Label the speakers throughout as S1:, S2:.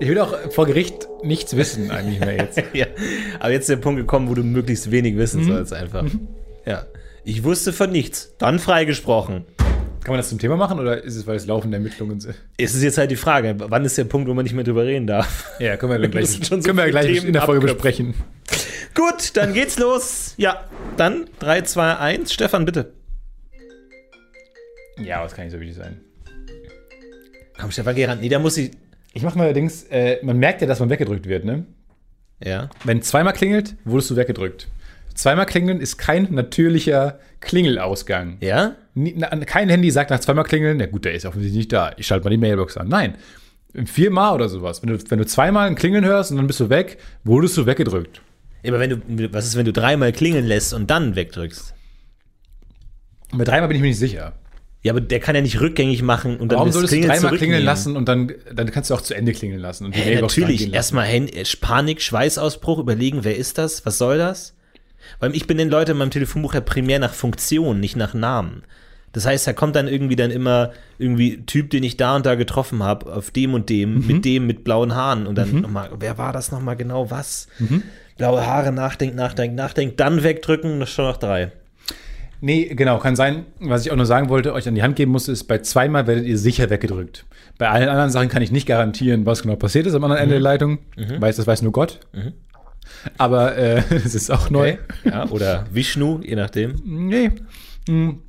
S1: Ich will auch vor Gericht nichts wissen eigentlich mehr jetzt.
S2: ja. Aber jetzt ist der Punkt gekommen, wo du möglichst wenig wissen
S1: Mhm.
S2: sollst einfach. Ja. Ich wusste von nichts. Dann freigesprochen.
S1: Kann man das zum Thema machen oder ist es, weil es laufende Ermittlungen sind?
S2: Es ist jetzt halt die Frage, wann ist der Punkt, wo man nicht mehr drüber reden darf?
S1: Ja, können wir dann gleich,
S2: müssen schon so
S1: können wir
S2: viele
S1: gleich
S2: Themen
S1: in der Folge
S2: abklopfen.
S1: besprechen.
S2: Gut, dann geht's los. Ja, dann 3, 2, 1. Stefan, bitte.
S1: Ja, aber das kann nicht so wichtig sein.
S2: Komm, Stefan, geh ran. Nee, da muss ich.
S1: Ich mache mal allerdings, äh, man merkt ja, dass man weggedrückt wird, ne?
S2: Ja.
S1: Wenn zweimal klingelt, wurdest du weggedrückt. Zweimal klingeln ist kein natürlicher Klingelausgang.
S2: Ja?
S1: Nie- na- Kein Handy sagt nach zweimal klingeln, na gut, der ist offensichtlich nicht da. Ich schalte mal die Mailbox an. Nein. Viermal oder sowas. Wenn du, wenn du zweimal ein Klingeln hörst und dann bist du weg, wurdest du weggedrückt.
S2: Ja, Aber wenn du, was ist, wenn du dreimal klingeln lässt und dann wegdrückst?
S1: Und bei dreimal bin ich mir nicht sicher.
S2: Ja, aber der kann ja nicht rückgängig machen und dann
S1: Warum
S2: das
S1: solltest du
S2: Klingeln
S1: dreimal
S2: zurücknehmen.
S1: klingeln lassen und dann, dann kannst du auch zu Ende klingeln lassen? Und die
S2: Hey,
S1: Mailbox
S2: Äh, natürlich,
S1: rangehen lassen?
S2: erstmal Hand- äh, Panik, Schweißausbruch, überlegen, wer ist das, was soll das? Weil ich benenne Leute in meinem Telefonbuch ja primär nach Funktion, nicht nach Namen. Das heißt, da kommt dann irgendwie dann immer irgendwie Typ, den ich da und da getroffen habe, auf dem und dem,
S1: Mhm.
S2: mit dem, mit blauen Haaren und dann nochmal, wer war das nochmal genau, was?
S1: Mhm.
S2: Blaue Haare, nachdenkt, nachdenkt, nachdenkt, dann wegdrücken, das ist schon nach drei.
S1: Nee, genau, kann sein. Was ich auch nur sagen wollte, euch an die Hand geben musste, ist, bei zweimal werdet ihr sicher weggedrückt. Bei allen anderen Sachen kann ich nicht garantieren, was genau passiert ist am anderen
S2: Mhm.
S1: Ende der Leitung. Weiß, das weiß nur Gott. Aber äh, es ist auch neu.
S2: Ja, oder Vishnu, je nachdem.
S1: Nee. Hm.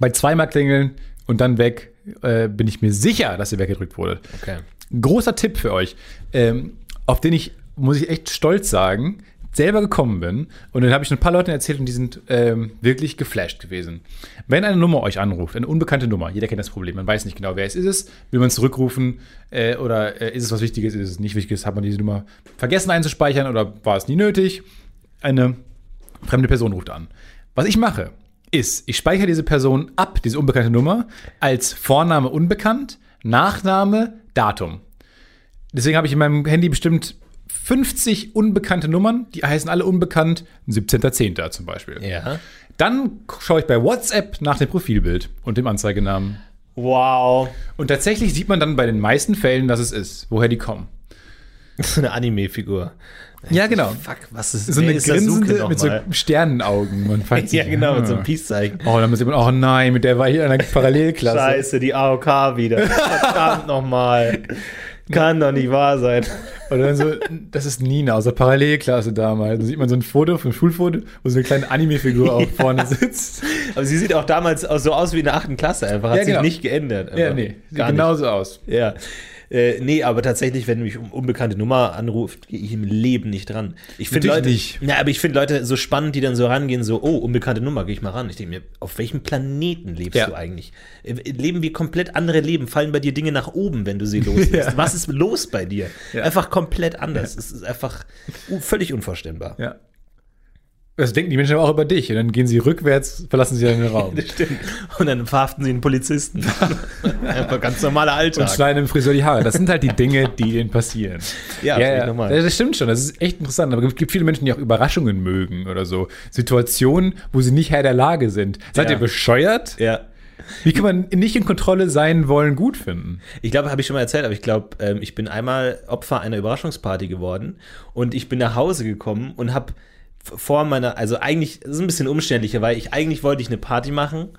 S1: Bei zweimal klingeln und dann weg, äh, bin ich mir sicher, dass ihr weggedrückt wurde.
S2: Okay.
S1: Großer Tipp für euch, ähm, auf den ich, muss ich echt stolz sagen, selber gekommen bin. Und dann habe ich ein paar Leuten erzählt und die sind ähm, wirklich geflasht gewesen. Wenn eine Nummer euch anruft, eine unbekannte Nummer, jeder kennt das Problem, man weiß nicht genau, wer es ist, will man zurückrufen äh, oder äh, ist es was Wichtiges, ist es nicht Wichtiges, hat man diese Nummer vergessen einzuspeichern oder war es nie nötig? Eine fremde Person ruft an. Was ich mache, ist, ich speichere diese Person ab, diese unbekannte Nummer, als Vorname unbekannt, Nachname, Datum. Deswegen habe ich in meinem Handy bestimmt 50 unbekannte Nummern, die heißen alle unbekannt, 17.10. zum Beispiel.
S2: Ja.
S1: Dann schaue ich bei WhatsApp nach dem Profilbild und dem Anzeigenamen.
S2: Wow.
S1: Und tatsächlich sieht man dann bei den meisten Fällen, dass es ist, woher die kommen.
S2: So eine Anime-Figur.
S1: Ja, genau.
S2: Fuck, was ist
S1: So
S2: wer
S1: eine
S2: ist Sasuke
S1: grinsende
S2: noch
S1: mit so
S2: mal?
S1: Sternenaugen. Man fragt
S2: Ja,
S1: sich,
S2: genau, mit so
S1: ah.
S2: einem Peace-Zeichen.
S1: Oh, dann sieht man, oh nein, mit der war ich in einer Parallelklasse.
S2: Scheiße, die AOK wieder. Verdammt nochmal. Kann doch nicht wahr sein.
S1: Oder dann so, das ist Nina aus der Parallelklasse damals. Dann sieht man so ein Foto, ein Schulfoto, wo so eine kleine Anime-Figur auch vorne sitzt.
S2: Aber sie sieht auch damals aus- so aus wie in der achten Klasse einfach. Hat
S1: Ja, genau.
S2: sich nicht geändert.
S1: Ja,
S2: einfach.
S1: nee, Genau sieht
S2: gar
S1: genauso aus.
S2: nicht. Ja. Äh, nee, aber tatsächlich, wenn mich um unbekannte Nummer anruft, gehe ich im Leben nicht dran. Ich finde
S1: Natürlich
S2: Leute,
S1: nicht.
S2: Na, aber ich finde Leute so spannend, die dann so rangehen, so, oh, unbekannte Nummer, gehe ich mal ran. Ich denke mir, auf welchem Planeten lebst
S1: Ja.
S2: du eigentlich? Äh, Leben wir komplett andere Leben? Fallen bei dir Dinge nach oben, wenn du sie loslässt? Was ist los bei dir?
S1: Ja.
S2: Einfach komplett anders. Es ist einfach u- völlig unvorstellbar.
S1: Ja. Das denken die Menschen aber auch über dich. Und dann gehen sie rückwärts, verlassen sie dann den Raum.
S2: Das stimmt. Und dann verhaften sie einen Polizisten. Einfach ganz normaler
S1: Und
S2: Alltag.
S1: schneiden im Friseur die Haare. Das sind halt die Dinge, die denen passieren.
S2: Ja,
S1: ja,
S2: finde ich
S1: ja.
S2: normal.
S1: das stimmt schon. Das ist echt interessant. Aber es gibt viele Menschen, die auch Überraschungen mögen oder so. Situationen, wo sie nicht Herr der Lage sind. Seid
S2: Ja.
S1: ihr bescheuert?
S2: Ja.
S1: Wie kann man nicht in Kontrolle sein wollen gut finden?
S2: Ich glaube, habe ich schon mal erzählt, aber ich glaube, ähm, ich bin einmal Opfer einer Überraschungsparty geworden und ich bin nach Hause gekommen und habe vor meiner, also eigentlich, das ist ein bisschen umständlicher, weil ich eigentlich wollte ich eine Party machen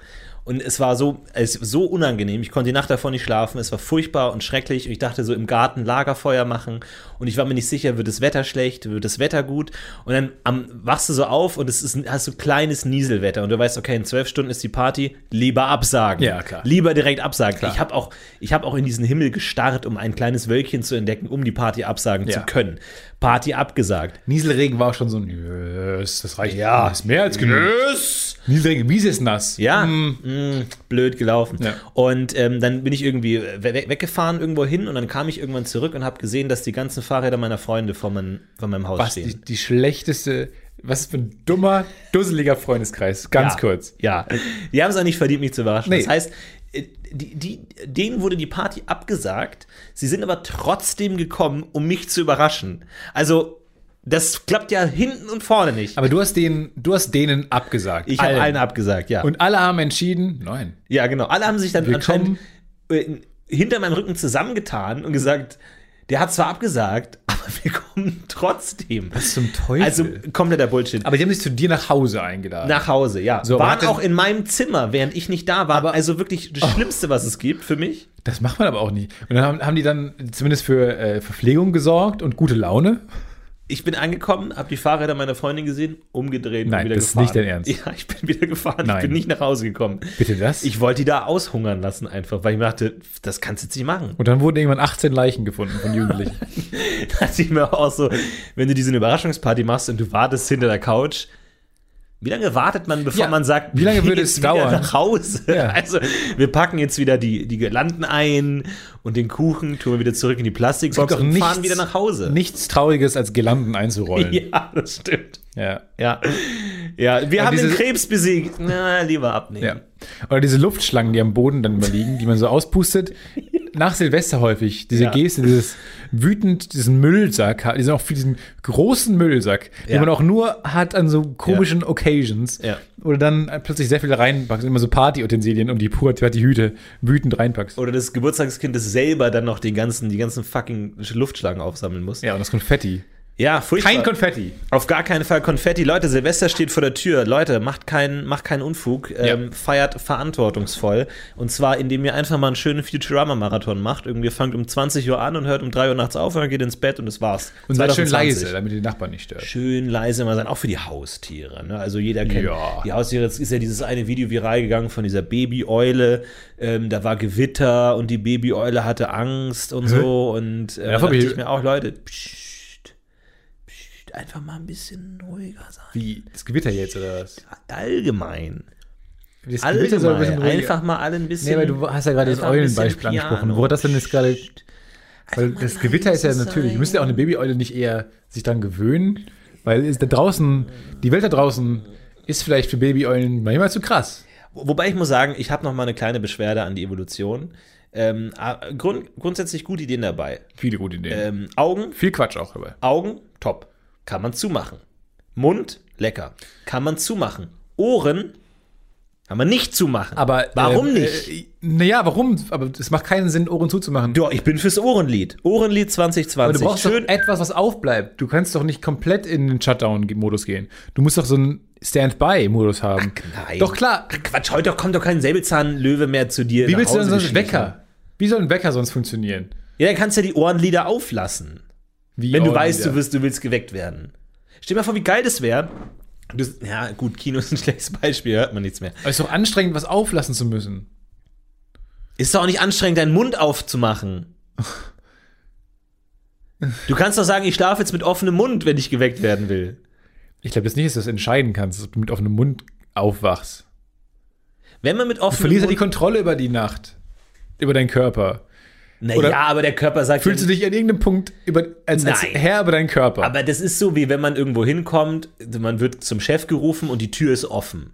S2: und es war so, es war so unangenehm. Ich konnte die Nacht davor nicht schlafen, es war furchtbar und schrecklich und ich dachte so im Garten Lagerfeuer machen und ich war mir nicht sicher, wird das Wetter schlecht, wird das Wetter gut und dann am, wachst du so auf und es ist, hast du kleines Nieselwetter und du weißt, okay, in zwölf Stunden ist die Party, lieber absagen.
S1: Ja, klar.
S2: Lieber direkt absagen. Ich habe auch, ich hab auch in diesen Himmel gestarrt, um ein kleines Wölkchen zu entdecken, um die Party absagen
S1: Ja.
S2: zu können. Party abgesagt.
S1: Nieselregen war auch schon so ein Nös, das reicht.
S2: Ja.
S1: ist mehr als genug.
S2: Tschüss!
S1: Nieselregen, Wiese ist nass.
S2: Ja,
S1: Mm.
S2: mm, blöd gelaufen.
S1: Ja.
S2: Und ähm, dann bin ich irgendwie we we- weggefahren irgendwo hin und dann kam ich irgendwann zurück und habe gesehen, dass die ganzen Fahrräder meiner Freunde vor, mein, vor meinem Haus
S1: Was
S2: stehen.
S1: die, die schlechteste, was für ein dummer, dusseliger Freundeskreis. Ganz
S2: ja.
S1: kurz.
S2: Ja. Die haben es auch nicht verdient, mich zu überraschen.
S1: Nee.
S2: Das heißt, äh, die, die, denen wurde die Party abgesagt. Sie sind aber trotzdem gekommen, um mich zu überraschen. Also, das klappt ja hinten und vorne nicht.
S1: Aber du hast denen, du hast denen abgesagt.
S2: ich habe
S1: Allen.
S2: allen abgesagt, ja.
S1: Und alle haben entschieden, nein.
S2: ja, genau. Alle haben sich dann
S1: Wir
S2: anscheinend äh, hinter meinem Rücken zusammengetan und gesagt, Der hat zwar abgesagt, aber wir kommen trotzdem.
S1: Was zum Teufel?
S2: Also kompletter Bullshit.
S1: aber die haben dich zu dir nach Hause eingeladen.
S2: Nach Hause, ja.
S1: So, aber
S2: Waren
S1: hat denn-
S2: auch in meinem Zimmer, während ich nicht da war. also wirklich
S1: Oh.
S2: das Schlimmste, was es gibt für mich.
S1: Das macht man aber auch nicht. Und dann haben, haben die dann zumindest für äh, Verpflegung gesorgt und gute Laune.
S2: Ich bin angekommen, habe die Fahrräder meiner Freundin gesehen, umgedreht
S1: Nein,
S2: und wieder
S1: das ist
S2: gefahren.
S1: nicht dein Ernst.
S2: Ja, ich bin wieder gefahren.
S1: Nein.
S2: Ich bin nicht nach Hause gekommen.
S1: Bitte das?
S2: Ich wollte die da aushungern lassen einfach, weil ich mir dachte, das kannst du jetzt nicht machen.
S1: und dann wurden irgendwann 18 Leichen gefunden von Jugendlichen.
S2: dachte ich mir auch so, wenn du diese Überraschungsparty machst und du wartest hinter der Couch, wie lange wartet man, bevor
S1: Ja,
S2: man sagt,
S1: wie lange
S2: wir
S1: würde
S2: gehen
S1: es
S2: wieder
S1: dauern?
S2: Nach Hause.
S1: Ja.
S2: Also, wir packen jetzt wieder die, die Girlanden ein und den Kuchen, tun wir wieder zurück in die Plastikbox
S1: doch
S2: und fahren
S1: nichts-
S2: wieder nach Hause.
S1: Nichts Trauriges als Girlanden einzurollen.
S2: Ja, das stimmt.
S1: Ja.
S2: Ja, ja wir
S1: Und
S2: haben den
S1: diese-
S2: Krebs besiegt. Na, lieber abnehmen.
S1: ja. Oder diese Luftschlangen, die am Boden dann immer liegen, die man so auspustet. Nach Silvester häufig, diese
S2: Ja.
S1: Geste, dieses wütend, diesen Müllsack, diesen auch für diesen großen Müllsack,
S2: Ja.
S1: den man auch nur hat an so komischen Occasions.
S2: Ja.
S1: Oder dann plötzlich sehr viel reinpackst, immer so Partyutensilien um die pur die Hüte wütend reinpackst.
S2: Oder das Geburtstagskind, das selber dann noch den ganzen, die ganzen fucking Luftschlangen aufsammeln muss.
S1: Ja, und das Konfetti.
S2: ja furchtbar.
S1: Kein Konfetti.
S2: Auf gar keinen Fall Konfetti. Leute, Silvester steht vor der Tür. Leute, macht keinen macht keinen Unfug. Ähm, Feiert verantwortungsvoll. Und zwar, indem ihr einfach mal einen schönen Futurama-Marathon macht. Irgendwie fangt um 20 Uhr an und hört um 3 Uhr nachts auf und dann geht ins Bett und das war's.
S1: Und sei schön
S2: 2020.
S1: leise, damit die Nachbarn nicht stören.
S2: Schön leise mal sein, auch für die Haustiere. Ne? Also jeder kennt
S1: Ja.
S2: die Haustiere. Jetzt ist ja dieses eine Video viral gegangen von dieser Babyeule. Ähm, da war Gewitter und die Babyeule hatte Angst und so. Und
S1: Ja,
S2: äh, da dachte
S1: Fabi-
S2: ich mir auch, Leute, psst, psst, einfach mal ein bisschen ruhiger sein.
S1: Wie, das Gewitter jetzt oder was?
S2: Allgemein.
S1: Das
S2: Alle
S1: Gewitter soll ein
S2: mal.
S1: bisschen ruhiger-
S2: einfach mal alle ein bisschen.
S1: Nee, weil du hast ja gerade das
S2: einfach ein bisschen
S1: Eulenbeispiel angesprochen.
S2: Piano.
S1: Wo hat das denn jetzt gerade. Weil
S2: mal
S1: das Gewitter ist ja
S2: leise
S1: natürlich.
S2: sein.
S1: Müsste auch eine Babyeule nicht eher sich dran gewöhnen? Weil ist da draußen, die Welt da draußen ist vielleicht für Babyeulen manchmal zu krass.
S2: Wobei ich muss sagen, ich habe noch mal eine kleine Beschwerde an die Evolution. Ähm, ah, grund, grundsätzlich gute Ideen dabei.
S1: Viele gute Ideen.
S2: Ähm, Augen,
S1: Viel Quatsch auch dabei.
S2: Augen, top. Kann man zumachen. Mund, lecker. Kann man zumachen. Ohren, kann man nicht zumachen.
S1: Aber,
S2: warum
S1: ähm,
S2: nicht?
S1: Äh, naja, warum? Aber es macht keinen Sinn, Ohren zuzumachen.
S2: ja, ich bin fürs Ohrenlied. Ohrenlied 2020.
S1: Aber du brauchst
S2: Schön.
S1: doch etwas, was aufbleibt. Du kannst doch nicht komplett in den Shutdown-Modus gehen. Du musst doch so einen Standby-Modus haben.
S2: nein.
S1: Doch klar.
S2: Ach, Quatsch, heute kommt doch kein Säbelzahnlöwe mehr zu dir.
S1: Wie
S2: nach
S1: willst du denn
S2: Hause
S1: sonst
S2: geschlichen.
S1: Wecker? Wie soll ein Wecker sonst funktionieren?
S2: Ja, dann kannst du ja die Ohrenlieder auflassen.
S1: Wie
S2: Wenn du
S1: Ohren
S2: weißt,
S1: wieder?
S2: du, wirst, du willst geweckt werden. Stell dir mal vor, wie geil das wäre. Das- Ja, gut, Kino ist ein schlechtes Beispiel, hört man nichts mehr.
S1: Aber es ist doch anstrengend, was auflassen zu müssen.
S2: Ist doch auch nicht anstrengend, deinen Mund aufzumachen. Du kannst doch sagen, ich schlafe jetzt mit offenem Mund, wenn ich geweckt werden will.
S1: Ich glaube jetzt nicht, dass du das entscheiden kannst, dass du mit offenem Mund aufwachst.
S2: Wenn man mit
S1: Du verlierst
S2: offenem
S1: ja die
S2: Mund.
S1: Kontrolle über die Nacht, über deinen Körper.
S2: Na
S1: oder-
S2: ja, aber der Körper sagt.
S1: Fühlst du dich an irgendeinem Punkt über, als, als
S2: Nein.
S1: Herr über deinen Körper?
S2: aber das ist so, wie wenn man irgendwo hinkommt, man wird zum Chef gerufen und die Tür ist offen.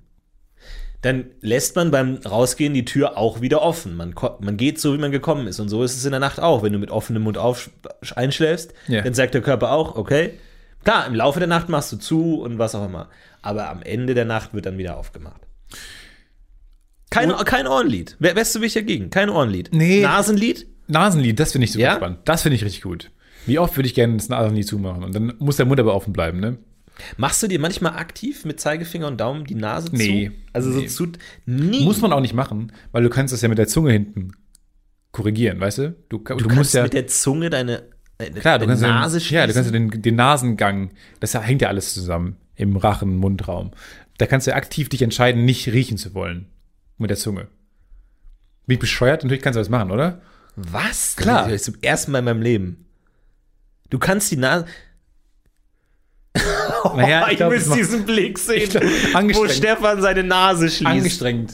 S2: Dann lässt man beim Rausgehen die Tür auch wieder offen. Man, ko- man geht so, wie man gekommen ist. Und so ist es in der Nacht auch. Wenn du mit offenem Mund auf, einschläfst,
S1: Ja.
S2: dann sagt der Körper auch, okay, klar, im Laufe der Nacht machst du zu und was auch immer. Aber am Ende der Nacht wird dann wieder aufgemacht. Kein, kein Ohrenlied. Wer- Wärst du mich dagegen? Kein Ohrenlied.
S1: Nee.
S2: Nasenlied?
S1: Nasenlied, das finde ich super
S2: Ja?
S1: spannend. Das finde ich richtig gut. Wie oft würde ich gerne das Nasenlied zumachen? Und dann muss der Mund aber offen bleiben, ne?
S2: Machst du dir manchmal aktiv mit Zeigefinger und Daumen die Nase
S1: Nee.
S2: zu? Also
S1: Nee.
S2: so zu. Nie.
S1: Muss man auch nicht machen, weil du kannst das ja mit der Zunge hinten korrigieren, weißt du? Du, du,
S2: du
S1: musst
S2: kannst
S1: ja.
S2: mit der Zunge deine, deine,
S1: Klar, du
S2: deine
S1: kannst,
S2: Nase
S1: den, ja, du kannst
S2: schließen.
S1: ja den, den Nasengang, das hängt ja alles zusammen im Rachen, Mundraum. Da kannst du ja aktiv dich entscheiden, nicht riechen zu wollen. Mit der Zunge. Bin ich bescheuert? Natürlich kannst du das machen, oder?
S2: Was?
S1: Klar.
S2: Das ist zum ersten Mal in meinem Leben. Du kannst die Nase. Oh, Ah,
S1: Naja, ich glaub, das macht-
S2: diesen Blick sehen,
S1: glaub,
S2: wo
S1: angestrengt.
S2: Stefan seine Nase schließt.
S1: Angestrengt.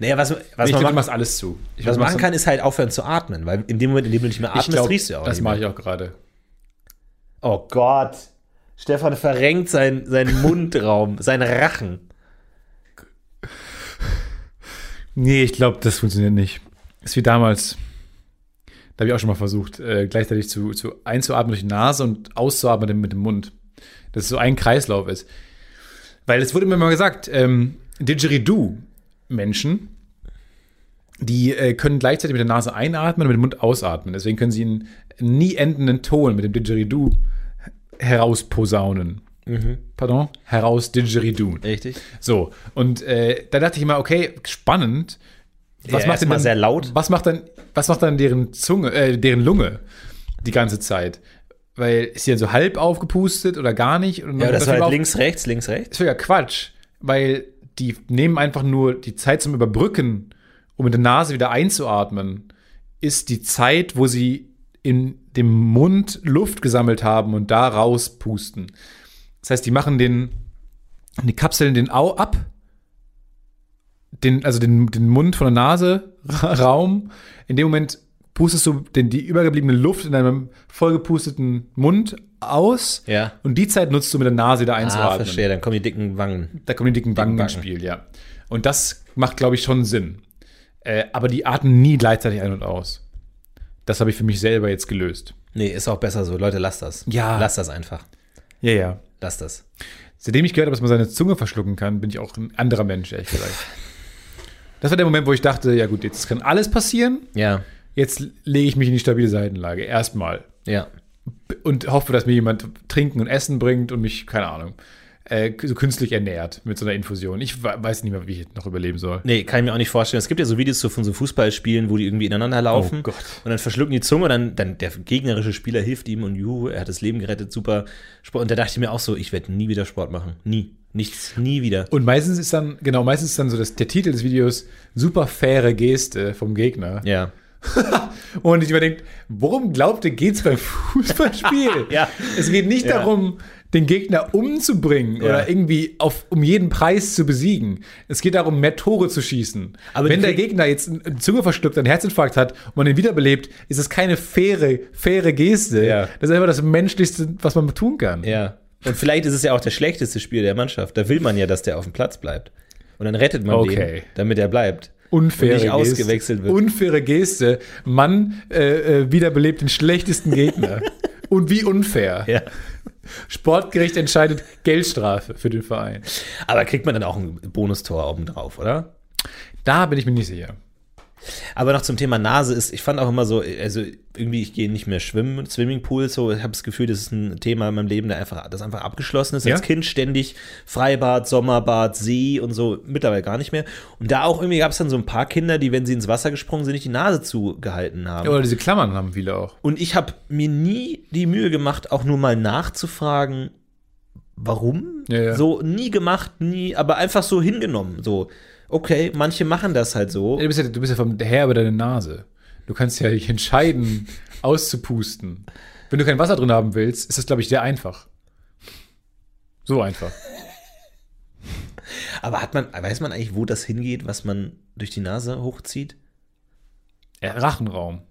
S2: Naja, was, was
S1: ich
S2: man
S1: glaube, du
S2: machen,
S1: machst alles zu. Ich
S2: was
S1: glaub,
S2: man
S1: du machst-
S2: machen kann, ist halt aufhören zu atmen, weil in dem Moment, in dem du nicht mehr atmest,
S1: ich glaub,
S2: riechst du ja auch
S1: Das
S2: nicht mehr.
S1: mache ich auch gerade.
S2: Oh Gott. Stefan verrenkt seinen, seinen Mundraum, seinen Rachen.
S1: Nee, ich glaube, das funktioniert nicht. Ist wie damals. Da habe ich auch schon mal versucht, äh, gleichzeitig zu, zu einzuatmen durch die Nase und auszuatmen mit dem Mund. Dass es so ein Kreislauf ist. Weil es wurde mir mal gesagt, ähm, Didgeridoo-Menschen die äh, können gleichzeitig mit der Nase einatmen und mit dem Mund ausatmen. Deswegen können sie einen nie endenden Ton mit dem Didgeridoo herausposaunen. Pardon? Heraus Didgeridoo.
S2: Richtig.
S1: So, und äh, da dachte ich immer, okay, spannend. Was
S2: Ja,
S1: macht denn
S2: erstmal
S1: dann,
S2: sehr laut.
S1: Was macht dann, was macht dann deren Zunge, äh, deren Lunge die ganze Zeit? Weil ist die dann so halb aufgepustet oder gar nicht? Und
S2: Ja, das war
S1: überhaupt-
S2: halt links, rechts, links, rechts.
S1: ist ja Quatsch, weil die nehmen einfach nur die Zeit zum Überbrücken, um mit der Nase wieder einzuatmen, ist die Zeit, wo sie in dem Mund Luft gesammelt haben und da rauspusten. Das heißt, die machen den, die kapseln den Au ab, den, also den, den Mund von der Nase, Ra- Raum. In dem Moment pustest du den, die übergebliebene Luft in deinem vollgepusteten Mund aus.
S2: Ja.
S1: Und die Zeit nutzt du mit der Nase wieder
S2: Ah,
S1: einzuatmen.
S2: verstehe, dann kommen die dicken Wangen.
S1: Da kommen die dicken Wangen ins Spiel, ja. Und das macht, glaube ich, schon Sinn. Äh, aber die atmen nie gleichzeitig ein und aus. Das habe ich für mich selber jetzt gelöst.
S2: Nee, ist auch besser so. Leute, lasst das.
S1: Ja.
S2: Lasst das einfach.
S1: Ja, ja.
S2: Lasst das.
S1: Seitdem ich gehört habe, dass man seine Zunge verschlucken kann, bin ich auch ein anderer Mensch, ehrlich gesagt. Das war der Moment, wo ich dachte, ja gut, jetzt kann alles passieren.
S2: Ja.
S1: Jetzt lege ich mich in die stabile Seitenlage. Erstmal.
S2: Ja.
S1: Und hoffe, dass mir jemand Trinken und Essen bringt und mich, keine Ahnung, äh, so künstlich ernährt mit so einer Infusion. Ich we- weiß nicht mehr, wie ich noch überleben soll.
S2: Nee, kann ich mir auch nicht vorstellen. Es gibt ja so Videos so von so Fußballspielen, wo die irgendwie ineinander laufen.
S1: Oh Gott.
S2: Und dann verschlucken die Zunge und dann, dann der gegnerische Spieler hilft ihm und juhu, er hat das Leben gerettet, super Sport. Und da dachte ich mir auch so, ich werde nie wieder Sport machen. Nie. Nichts, nie wieder.
S1: Und meistens ist dann, genau, meistens ist dann so das, der Titel des Videos super faire Geste vom Gegner.
S2: Ja.
S1: Und ich mir denke, worum glaubt ihr, geht's beim Fußballspiel?
S2: Ja.
S1: Es geht nicht
S2: Ja.
S1: darum, den Gegner umzubringen oder irgendwie auf, um jeden Preis zu besiegen. Es geht darum, mehr Tore zu schießen.
S2: Aber
S1: Wenn
S2: die
S1: der
S2: krieg-
S1: Gegner jetzt einen Zunge verschluckt, einen Herzinfarkt hat und man ihn wiederbelebt, ist das keine faire, faire Geste.
S2: Ja.
S1: Das ist einfach das Menschlichste, was man tun kann.
S2: Ja. Und vielleicht ist es ja auch das schlechteste Spiel der Mannschaft. Da will man ja, dass der auf dem Platz bleibt. Und dann rettet man
S1: Okay.
S2: den, damit er bleibt.
S1: Unfaire
S2: Und nicht
S1: Geste.
S2: ausgewechselt wird.
S1: Unfaire Geste. Mann äh, äh, wiederbelebt den schlechtesten Gegner. Und wie unfair.
S2: Ja.
S1: Sportgericht entscheidet Geldstrafe für den Verein.
S2: Aber kriegt man dann auch ein Bonustor obendrauf, oder?
S1: Da bin ich mir nicht sicher.
S2: Aber noch zum Thema Nase ist, ich fand auch immer so, also irgendwie, ich gehe nicht mehr schwimmen, Swimmingpools, so, ich habe das Gefühl, das ist ein Thema in meinem Leben, der einfach, das einfach abgeschlossen ist.
S1: Ja.
S2: Als Kind ständig Freibad, Sommerbad, See und so, mittlerweile gar nicht mehr. Und da auch irgendwie gab es dann so ein paar Kinder, die, wenn sie ins Wasser gesprungen sind, nicht die Nase zugehalten haben.
S1: Oder diese Klammern haben viele auch.
S2: Und ich habe mir nie die Mühe gemacht, auch nur mal nachzufragen, warum.
S1: Ja, ja.
S2: So nie gemacht, nie, aber einfach so hingenommen. So, okay, manche machen das halt so.
S1: Du bist ja, du bist ja vom Herr über deine Nase. Du kannst ja dich entscheiden, auszupusten. Wenn du kein Wasser drin haben willst, ist das, glaube ich, sehr einfach. So einfach.
S2: Aber hat man, weiß man eigentlich, wo das hingeht, was man durch die Nase hochzieht?
S1: Ja, Rachenraum.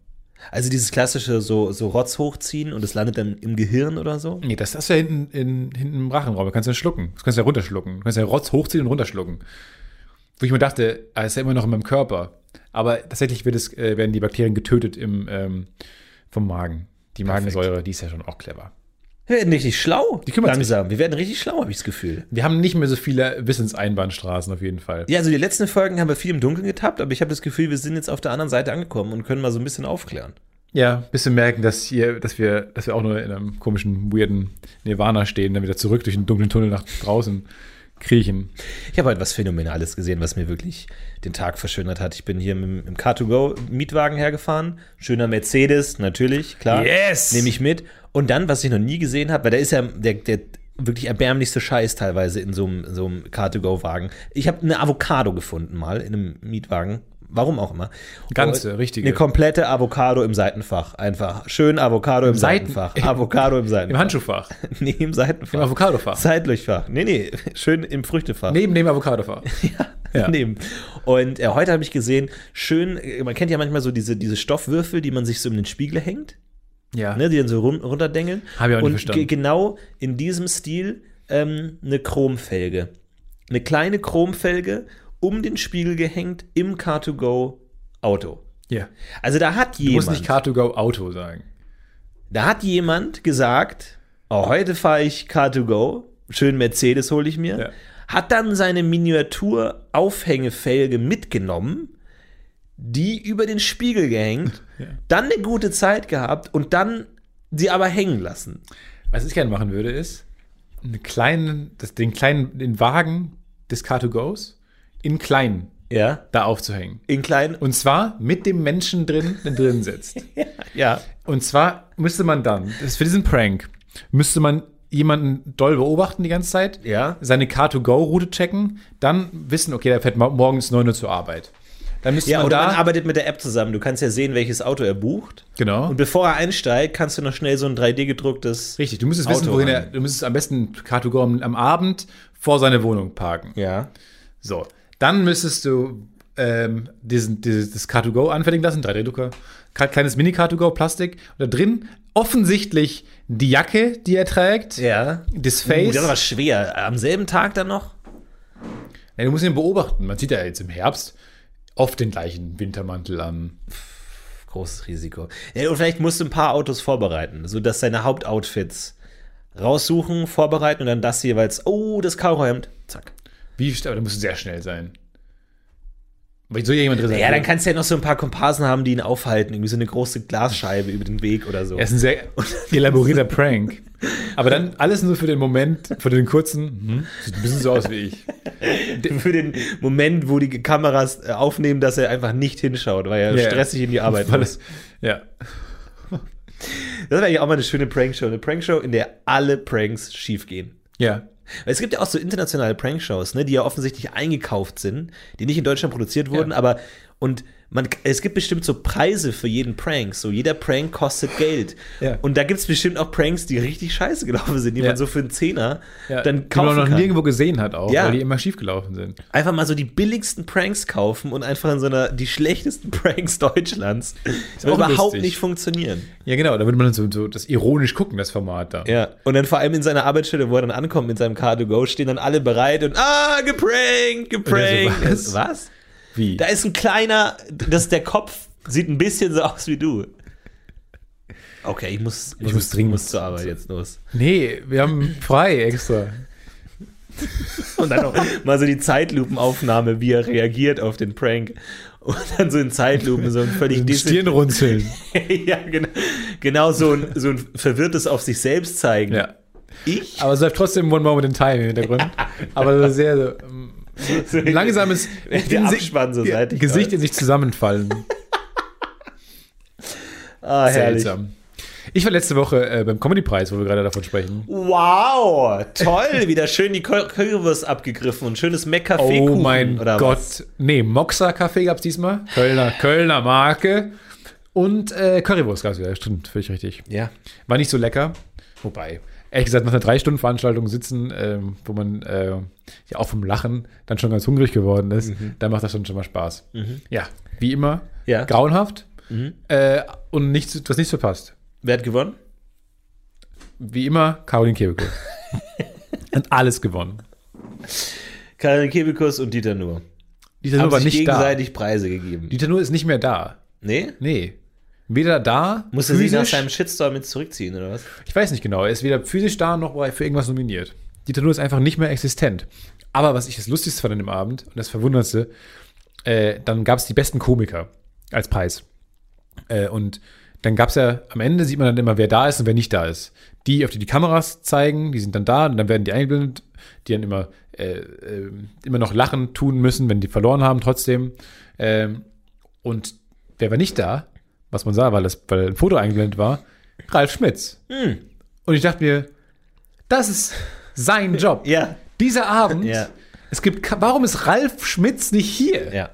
S2: Also dieses klassische so, so Rotz hochziehen und es landet dann im Gehirn oder so?
S1: Nee, das hast du ja hinten, in, hinten im Rachenraum. Du kannst ja schlucken. Das kannst du ja runterschlucken. Du kannst ja Rotz hochziehen und runterschlucken. Wo ich mir dachte, ah, ist ja immer noch in meinem Körper. Aber tatsächlich wird es, äh, werden die Bakterien getötet im, ähm, vom Magen. Die Magensäure, die ist ja schon auch clever.
S2: Wir werden richtig schlau.
S1: Die kümmert sich.
S2: langsam. Wir werden richtig schlau, habe ich das Gefühl.
S1: Wir haben nicht mehr so viele Wissenseinbahnstraßen auf jeden Fall.
S2: Ja, also die letzten Folgen haben wir viel im Dunkeln getappt, aber ich habe das Gefühl, wir sind jetzt auf der anderen Seite angekommen und können mal so ein bisschen aufklären.
S1: Ja, bis wir merken, dass, hier, dass, wir, dass wir auch nur in einem komischen, weirden Nirvana stehen, dann wieder zurück durch den dunklen Tunnel nach draußen kriechen.
S2: Ich habe heute was Phänomenales gesehen, was mir wirklich den Tag verschönert hat. Ich bin hier mit, dem- im Car2Go-Mietwagen hergefahren. Schöner Mercedes, natürlich, klar.
S1: Yes!
S2: Nehme ich mit. Und dann, was ich noch nie gesehen habe, weil da ist ja der, der wirklich erbärmlichste Scheiß teilweise in so einem, in so einem Car2Go-Wagen. Ich habe eine Avocado gefunden mal in einem Mietwagen. Warum auch immer.
S1: Ganze,
S2: Und
S1: richtige.
S2: Eine komplette Avocado im Seitenfach. Einfach. Schön Avocado im
S1: Seiten-
S2: Seitenfach. Avocado im
S1: Im
S2: Seitenfach.
S1: Handschuhfach,
S2: nee, im Seitenfach.
S1: im Avocadofach,
S2: Seitlichfach. Nee, nee. Schön im Früchtefach.
S1: neben dem Avocadofach. Ja.
S2: Nehmen. Und äh, heute habe ich gesehen, schön, äh, man kennt ja manchmal so diese, diese Stoffwürfel, die man sich so in den Spiegel hängt,
S1: Ja.
S2: ne, die dann so run runterdengeln.
S1: Hab ich auch nicht
S2: Und
S1: verstanden.
S2: ge- genau in diesem Stil ähm, eine Chromfelge. Eine kleine Chromfelge um den Spiegel gehängt im Car2Go Auto.
S1: ja.
S2: Also da hat
S1: Du musst
S2: jemand,
S1: nicht Car2Go Auto sagen.
S2: da hat jemand gesagt, oh, heute fahre ich Car2Go, schön Mercedes hole ich mir.
S1: Ja.
S2: Hat dann seine Miniatur Aufhängefelge mitgenommen, die über den Spiegel gehängt, dann eine gute Zeit gehabt und dann die aber hängen lassen.
S1: Was ich gerne machen würde, ist, einen kleinen, das, den kleinen, den Wagen des Car2Goes in klein
S2: Ja.
S1: da aufzuhängen.
S2: In kleinen.
S1: Und zwar mit dem Menschen drin, der drin sitzt.
S2: Ja.
S1: Und zwar müsste man dann, das für diesen Prank, müsste man jemanden doll beobachten die ganze Zeit,
S2: Ja.
S1: seine Car-to-Go-Route checken, dann wissen, okay, der fährt ma- morgens 9 Uhr zur Arbeit. Dann müsste
S2: Ja,
S1: man
S2: oder man
S1: da,
S2: arbeitet mit der App zusammen. Du kannst ja sehen, welches Auto er bucht.
S1: genau,
S2: Und bevor er einsteigt, kannst du noch schnell so ein 3D-gedrucktes.
S1: richtig, du müsstest wissen,
S2: Auto
S1: wohin er,
S2: an.
S1: du müsstest am besten Car-to-Go am, am Abend vor seine Wohnung parken.
S2: Ja.
S1: So, dann müsstest du ähm, diesen, dieses, das Car2Go anfertigen lassen, 3D-Drucker, kle- kleines Mini-Car2Go-Plastik. Und da drin offensichtlich die Jacke, die er trägt,
S2: Ja.
S1: das
S2: Uh,
S1: Face.
S2: das war schwer. Am selben Tag dann noch?
S1: Ja, du musst ihn beobachten. Man sieht ja jetzt im Herbst oft den gleichen Wintermantel an.
S2: Großes Risiko. Ja, und vielleicht musst du ein paar Autos vorbereiten, sodass seine Hauptoutfits raussuchen, vorbereiten und dann das jeweils. Oh, das Cowboyhemd. Zack.
S1: Wie, st- aber da musst du sehr schnell sein. Weil so jemand drin
S2: Ja, dann kannst du ja noch so ein paar Komparsen haben, die ihn aufhalten. Irgendwie so eine große Glasscheibe über den Weg oder so.
S1: Er ist ein sehr elaborierter Prank. Aber dann alles nur für den Moment, für den kurzen. Hm, sieht ein bisschen so aus wie ich.
S2: Für den Moment, wo die Kameras äh, aufnehmen, dass er einfach nicht hinschaut, weil er
S1: Ja.
S2: stressig in die Arbeit
S1: Weil
S2: muss.
S1: das, ja.
S2: Das wäre eigentlich auch mal eine schöne Prankshow. Eine Prankshow, in der alle Pranks schiefgehen.
S1: Ja.
S2: Es gibt ja auch so internationale Prankshows, ne, die ja offensichtlich eingekauft sind, die nicht in Deutschland produziert wurden, aber und man, es gibt bestimmt so Preise für jeden Prank. So jeder Prank kostet Geld.
S1: Ja.
S2: Und da gibt es bestimmt auch Pranks, die richtig scheiße gelaufen sind, die
S1: Ja.
S2: man so für einen Zehner
S1: ja.
S2: dann
S1: die man
S2: kaufen
S1: noch
S2: kann.
S1: nirgendwo gesehen hat, auch,
S2: Ja.
S1: weil die immer schiefgelaufen sind.
S2: Einfach mal so die billigsten Pranks kaufen und einfach in so einer die schlechtesten Pranks Deutschlands, die
S1: auch
S2: überhaupt
S1: lustig.
S2: nicht funktionieren.
S1: Ja, genau. Da würde man so, so das ironisch gucken, das Format da.
S2: Ja, und dann vor allem in seiner Arbeitsstelle, wo er dann ankommt mit seinem Car-to-Go, stehen dann alle bereit und ah, geprankt, geprankt.
S1: Und er so, was?
S2: was?
S1: Wie?
S2: Da ist ein kleiner, das ist der Kopf, sieht ein bisschen so aus wie du. Okay, ich muss,
S1: Ich muss dringend
S2: muss zur Arbeit jetzt los.
S1: Nee, wir haben frei extra.
S2: Und dann noch mal so die Zeitlupenaufnahme, wie er reagiert auf den Prank. Und dann so in Zeitlupen, so ein völlig
S1: Stirn runzeln.
S2: ja, genau, genau so, ein, so ein verwirrtes auf sich selbst zeigen.
S1: Ja.
S2: Ich?
S1: Aber es läuft trotzdem One Moment in Time im Hintergrund. Aber so sehr so, ähm,
S2: So
S1: ein langsames
S2: der
S1: sich-
S2: Abspann so
S1: ja,
S2: seitig.
S1: Gesicht in sich zusammenfallen.
S2: Ah, herrlich.
S1: Seltsam. Ich war letzte Woche äh, beim Comedy-Preis, wo wir gerade davon sprechen.
S2: Wow, toll, wieder schön die Kö- Currywurst abgegriffen und schönes Meck-Kaffeekuchen.
S1: Oh mein
S2: oder
S1: Gott.
S2: Was?
S1: Nee, Moxa-Kaffee gab es diesmal. Kölner, Kölner Marke. Und äh, Currywurst gab es wieder. Stimmt, völlig richtig.
S2: Ja.
S1: War nicht so lecker. Wobei, ehrlich gesagt, nach einer Drei-Stunden-Veranstaltung sitzen, ähm, wo man äh, ja auch vom Lachen dann schon ganz hungrig geworden ist, da macht das schon schon mal Spaß. Ja, wie immer,
S2: Mhm. Ja. Mhm.
S1: grauenhaft äh, und nichts, du hast nichts verpasst.
S2: Wer hat gewonnen?
S1: Wie immer, Caroline Kebekus. Hat alles gewonnen.
S2: Karin Kebekus und Dieter Nuhr.
S1: Dieter
S2: Haben
S1: Nuhr war
S2: sich
S1: nicht da.
S2: gegenseitig Preise gegeben.
S1: Dieter Nuhr ist nicht mehr da.
S2: nee?
S1: Nee. Weder da,
S2: Muss er sich nach
S1: physisch,
S2: seinem Shitstorm jetzt zurückziehen, oder was?
S1: ich weiß nicht genau, er ist weder physisch da noch war er für irgendwas nominiert. Dieter Nuhr ist einfach nicht mehr existent. Aber was ich das Lustigste fand an dem Abend und das Verwunderndste, äh, dann gab es die besten Komiker als Preis. Äh, und dann gab es ja, am Ende sieht man dann immer, wer da ist und wer nicht da ist. Die, auf die die Kameras zeigen, die sind dann da und dann werden die eingeblendet, die dann immer, äh, äh, immer noch lachen tun müssen, wenn die verloren haben trotzdem. Ähm, und wer war nicht da, was man sah, weil, das, weil ein Foto eingeblendet war, Ralf Schmitz.
S2: Hm.
S1: Und ich dachte mir, das ist sein Job.
S2: Ja.
S1: Dieser Abend,
S2: Ja.
S1: es gibt, ka- warum ist Ralf Schmitz nicht hier?
S2: Ja.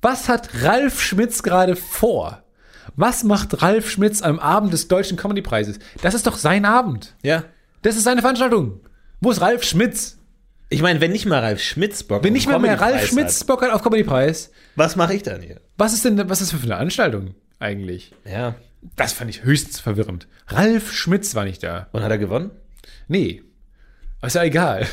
S1: Was hat Ralf Schmitz gerade vor? Was macht Ralf Schmitz am Abend des Deutschen Comedy-Preises? Das ist doch sein Abend.
S2: Ja.
S1: Das ist seine Veranstaltung. Wo ist Ralf Schmitz?
S2: Ich meine, wenn nicht mal Ralf Schmitz Bock
S1: Wenn
S2: auf
S1: nicht mal mehr
S2: Comedy-Preis halt.
S1: Ralf Schmitz Bock hat auf Comedy-Preis,
S2: hat, was mache ich dann hier?
S1: was ist denn, was ist das für eine Veranstaltung eigentlich?
S2: Ja.
S1: Das fand ich höchstens verwirrend. Ralf Schmitz war nicht da.
S2: Und hat er gewonnen?
S1: Nee. Aber Ist ja egal.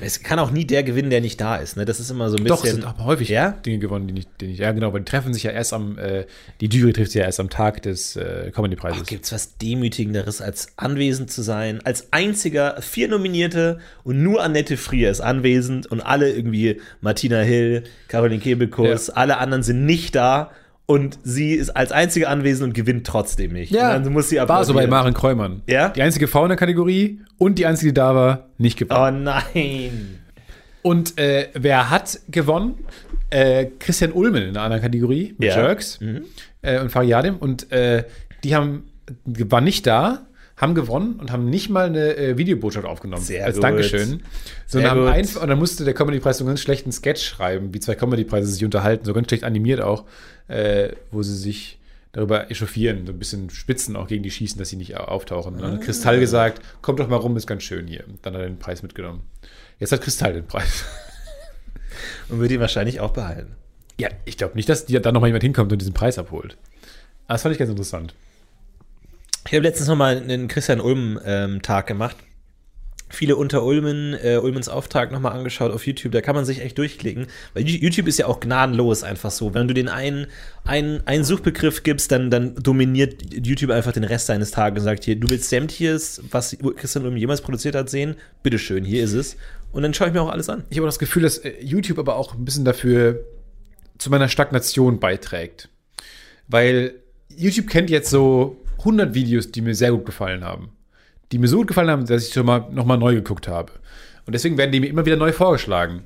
S2: Es kann auch nie der gewinnen, der nicht da ist. Ne? Das ist immer so ein
S1: Doch, es
S2: bisschen.
S1: sind aber häufig
S2: Ja?
S1: Dinge gewonnen, die nicht, die nicht. Ja, genau, weil die treffen sich ja erst am, äh, die Jury trifft sich ja erst am Tag des äh, Comedy-Preises.
S2: Gibt es was Demütigenderes, als anwesend zu sein? Als einziger vier Nominierte und nur Annette Frier ist anwesend und alle irgendwie Martina Hill, Caroline Kebekus, alle anderen sind nicht da und sie ist als einzige anwesend und gewinnt trotzdem nicht. und dann muss sie
S1: war so bei
S2: applaudieren.
S1: Maren Kräumann.
S2: Ja?
S1: Die einzige Frau in der Kategorie und die einzige, die da war, nicht gewonnen.
S2: Oh nein.
S1: Und äh, wer hat gewonnen? Äh, Christian Ulmen in einer anderen Kategorie mit
S2: Ja. Mhm.
S1: Jerks äh, und Fariadim. Und äh, die haben waren nicht da, haben gewonnen und haben nicht mal eine äh, Videobotschaft aufgenommen.
S2: Sehr
S1: als
S2: gut.
S1: Dankeschön. Sondern haben
S2: gut.
S1: einfach, und dann musste der Comedy-Preis so einen ganz schlechten Sketch schreiben, wie zwei Comedy-Preise sich unterhalten, so ganz schlecht animiert auch, äh, wo sie sich darüber echauffieren, so ein bisschen Spitzen auch gegen die schießen, dass sie nicht au- auftauchen. Und dann hat Kristall gesagt, kommt doch mal rum, ist ganz schön hier. Und dann hat er den Preis mitgenommen. Jetzt hat Kristall den Preis.
S2: Und wird ihn wahrscheinlich auch behalten.
S1: Ja, ich glaube nicht, dass die- da nochmal jemand hinkommt und diesen Preis abholt. Aber Das fand ich ganz interessant.
S2: Ich habe letztens nochmal einen Christian Ulm-Tag gemacht. Viele unter Ulmen, äh, Ulmens Auftrag nochmal angeschaut auf YouTube. Da kann man sich echt durchklicken. Weil Ju- YouTube ist ja auch gnadenlos einfach so. Wenn du den einen, einen, einen Suchbegriff gibst, dann, dann dominiert YouTube einfach den Rest deines Tages und sagt hier, du willst sämtliches, was Christian Ulm jemals produziert hat, sehen? Bitteschön, hier ist es. Und dann schaue ich mir auch alles an.
S1: Ich habe auch das Gefühl, dass äh, YouTube aber auch ein bisschen dafür zu meiner Stagnation beiträgt. Weil YouTube kennt jetzt so 100 Videos, die mir sehr gut gefallen haben. Die mir so gut gefallen haben, dass ich schon mal nochmal neu geguckt habe. Und deswegen werden die mir immer wieder neu vorgeschlagen.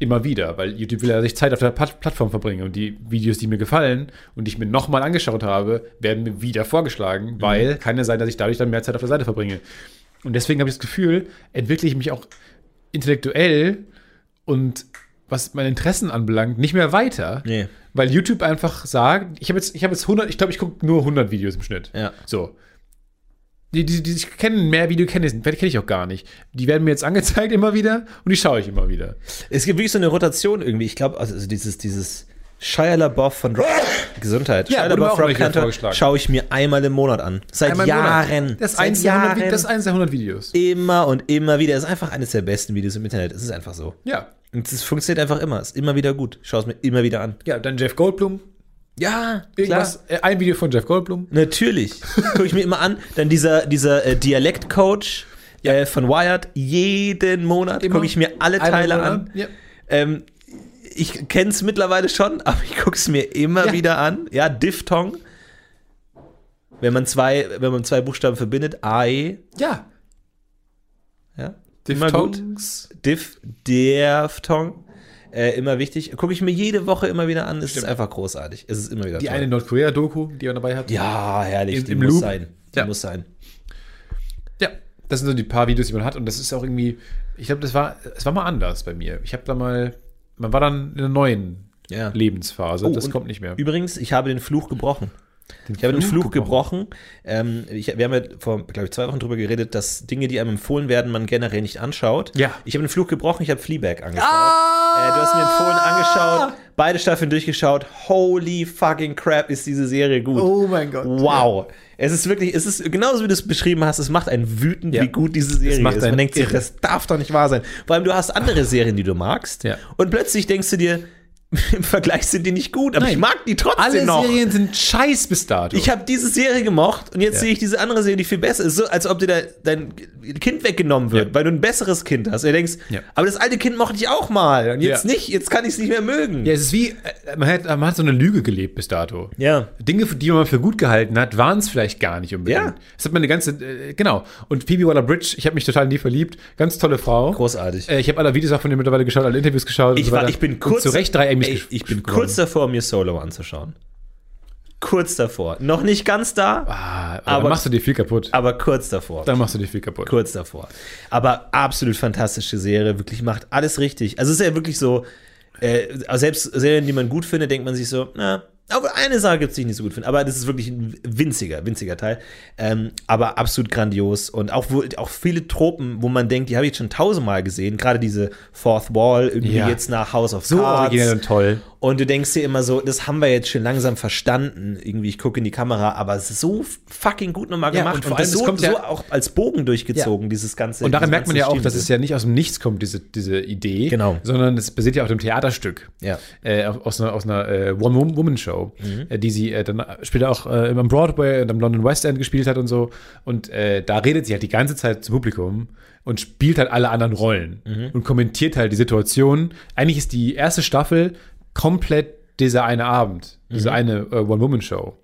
S1: Immer wieder, weil YouTube will ja sich Zeit auf der Pat- Plattform verbringen und die Videos, die mir gefallen und die ich mir nochmal angeschaut habe, werden mir wieder vorgeschlagen, weil kann ja sein, dass ich dadurch dann mehr Zeit auf der Seite verbringe. Und deswegen habe ich das Gefühl, entwickle ich mich auch intellektuell und was meine Interessen anbelangt, nicht mehr weiter.
S2: Nee.
S1: Weil YouTube einfach sagt, ich habe jetzt, ich habe jetzt 100, ich glaube, ich gucke nur 100 Videos im Schnitt.
S2: Ja.
S1: So. Die, die, die ich kenne, mehr Video kenne ich, kenne ich auch gar nicht. Die werden mir jetzt angezeigt immer wieder und die schaue ich immer wieder.
S2: Es gibt wirklich so eine Rotation irgendwie. Ich glaube, also dieses, dieses Shia LaBeouf von Rock Gesundheit.
S1: Ja,
S2: Shia
S1: wurde mir
S2: LaBeouf
S1: auch
S2: Rock
S1: neulich wieder
S2: Hunter
S1: vorgeschlagen.
S2: schaue ich mir einmal im Monat an. Seit
S1: Einmal im Monat.
S2: Jahren.
S1: Das ist
S2: Seit
S1: eins der 100 Vi- das ist eins der 100 Videos.
S2: Immer und immer wieder. Das ist einfach eines der besten Videos im Internet. Es ist einfach so.
S1: Ja.
S2: Und es funktioniert einfach immer. Ist immer wieder gut. Schau es mir immer wieder an.
S1: Ja, dann Jeff Goldblum.
S2: Ja,
S1: Irgendwas, äh, ein Video von Jeff Goldblum.
S2: Natürlich. Gucke ich mir immer an. Dann dieser, dieser äh, Dialektcoach äh, von Wired. Jeden Monat
S1: Immer.
S2: gucke ich mir alle
S1: Einmal im
S2: Teile
S1: Monat.
S2: an.
S1: Ja.
S2: Ähm, ich kenne es mittlerweile schon, aber ich gucke es mir immer
S1: Ja.
S2: wieder an. Ja, Diphthong. Wenn man zwei, wenn man zwei Buchstaben verbindet, AE,
S1: Ja.
S2: ja.
S1: Diphthongs.
S2: Diff, Diphthong. Äh, immer wichtig. Gucke ich mir jede Woche immer wieder an. Es ist einfach großartig. Es ist immer wieder
S1: Die
S2: toll.
S1: eine Nordkorea-Doku, die er dabei hat.
S2: ja, herrlich.
S1: Im-
S2: die
S1: im
S2: muss
S1: Loop.
S2: sein. Die
S1: Ja.
S2: muss sein.
S1: Ja, das sind so die paar Videos, die man hat. Und das ist auch irgendwie, ich glaube, das war, es war mal anders bei mir. Ich habe da mal, man war dann in einer neuen
S2: Ja.
S1: Lebensphase.
S2: Oh,
S1: das
S2: und
S1: kommt nicht mehr.
S2: Übrigens, ich habe den Fluch gebrochen. ich habe den
S1: Fluch
S2: Fluch gebrochen. Ähm, ich, wir haben ja vor, glaube ich, zwei Wochen drüber geredet, dass Dinge, die einem empfohlen werden, man generell nicht anschaut.
S1: Ja.
S2: Ich habe den Fluch gebrochen, ich habe Fleabag angeschaut. Äh, du hast mir empfohlen angeschaut, beide Staffeln durchgeschaut. Holy fucking crap, ist diese Serie gut.
S1: Oh mein Gott.
S2: Wow. Es ist wirklich, es ist genauso wie du es beschrieben hast, es macht einen wütend,
S1: Ja.
S2: wie gut diese Serie
S1: macht
S2: ist.
S1: einen
S2: Man denkt sich,
S1: irre.
S2: das darf doch nicht wahr sein. Vor allem, du hast andere Serien, die du magst.
S1: Ja.
S2: Und plötzlich denkst du dir, im Vergleich sind die nicht gut, aber
S1: Nein.
S2: ich mag die trotzdem
S1: Alle
S2: noch.
S1: Serien sind scheiß bis dato.
S2: Ich habe diese Serie gemocht und jetzt
S1: Ja.
S2: sehe ich diese andere Serie, die viel besser ist. So, als ob dir da dein Kind weggenommen wird,
S1: Ja.
S2: weil du ein besseres Kind hast. Und du denkst,
S1: Ja.
S2: aber das alte Kind mochte ich auch mal. Und jetzt
S1: Ja.
S2: nicht, jetzt kann ich es nicht mehr mögen.
S1: ja, es ist wie, äh, man hat, man hat so eine Lüge gelebt bis dato.
S2: Ja.
S1: Dinge, für die man für gut gehalten hat, waren es vielleicht gar nicht unbedingt.
S2: Ja.
S1: Das hat man eine ganze, äh, genau. Und Phoebe Waller-Bridge, ich habe mich total in die verliebt. Ganz tolle Frau.
S2: Großartig.
S1: Äh, ich habe alle Videos auch von ihr mittlerweile geschaut, alle Interviews geschaut
S2: ich,
S1: und so
S2: war,
S1: weiter.
S2: ich bin
S1: Und
S2: kurz.
S1: Zu Recht drei Emmys
S2: ey,
S1: gesch-
S2: Ich bin
S1: gewonnen.
S2: kurz davor, mir Solo anzuschauen. Kurz davor. Noch nicht ganz da,
S1: Ah, aber
S2: Aber-
S1: dann machst du dir viel kaputt.
S2: aber kurz davor.
S1: Dann machst du dir viel kaputt.
S2: kurz davor. Aber absolut fantastische Serie, wirklich macht also alles richtig. Also es ist ja wirklich so, äh, selbst Serien, die man gut findet, denkt man sich so, na, Aber eine Sache gibt es, die ich nicht so gut finde. Aber das ist wirklich ein winziger, winziger Teil. Ähm, aber absolut grandios. Und auch, wo, auch viele Tropen, wo man denkt, die habe ich jetzt schon tausendmal gesehen. Gerade diese Fourth Wall, irgendwie
S1: Ja.
S2: jetzt nach House of
S1: So
S2: Cards.
S1: originell und toll.
S2: Und du denkst dir immer so, das haben wir jetzt schon langsam verstanden. Irgendwie, ich gucke in die Kamera, aber so fucking gut nochmal
S1: Ja,
S2: gemacht.
S1: und vor
S2: das
S1: allem, es
S2: so,
S1: kommt ja-
S2: so auch als Bogen durchgezogen, dieses ganze.
S1: Und daran merkt man ja auch, dass
S2: das
S1: es
S2: ist
S1: ja nicht aus dem Nichts kommt, diese, diese Idee.
S2: Genau.
S1: Sondern es basiert ja auf dem Theaterstück.
S2: Ja.
S1: Äh, auf- aus einer, aus einer äh, One-Woman-Show, äh, die sie äh, dann später auch äh, am Broadway und am London West End gespielt hat und so. Und äh, da redet sie halt die ganze Zeit zum Publikum und spielt halt alle anderen Rollen und kommentiert halt die Situation. Eigentlich ist die erste Staffel komplett dieser eine Abend, diese eine äh, One-Woman-Show,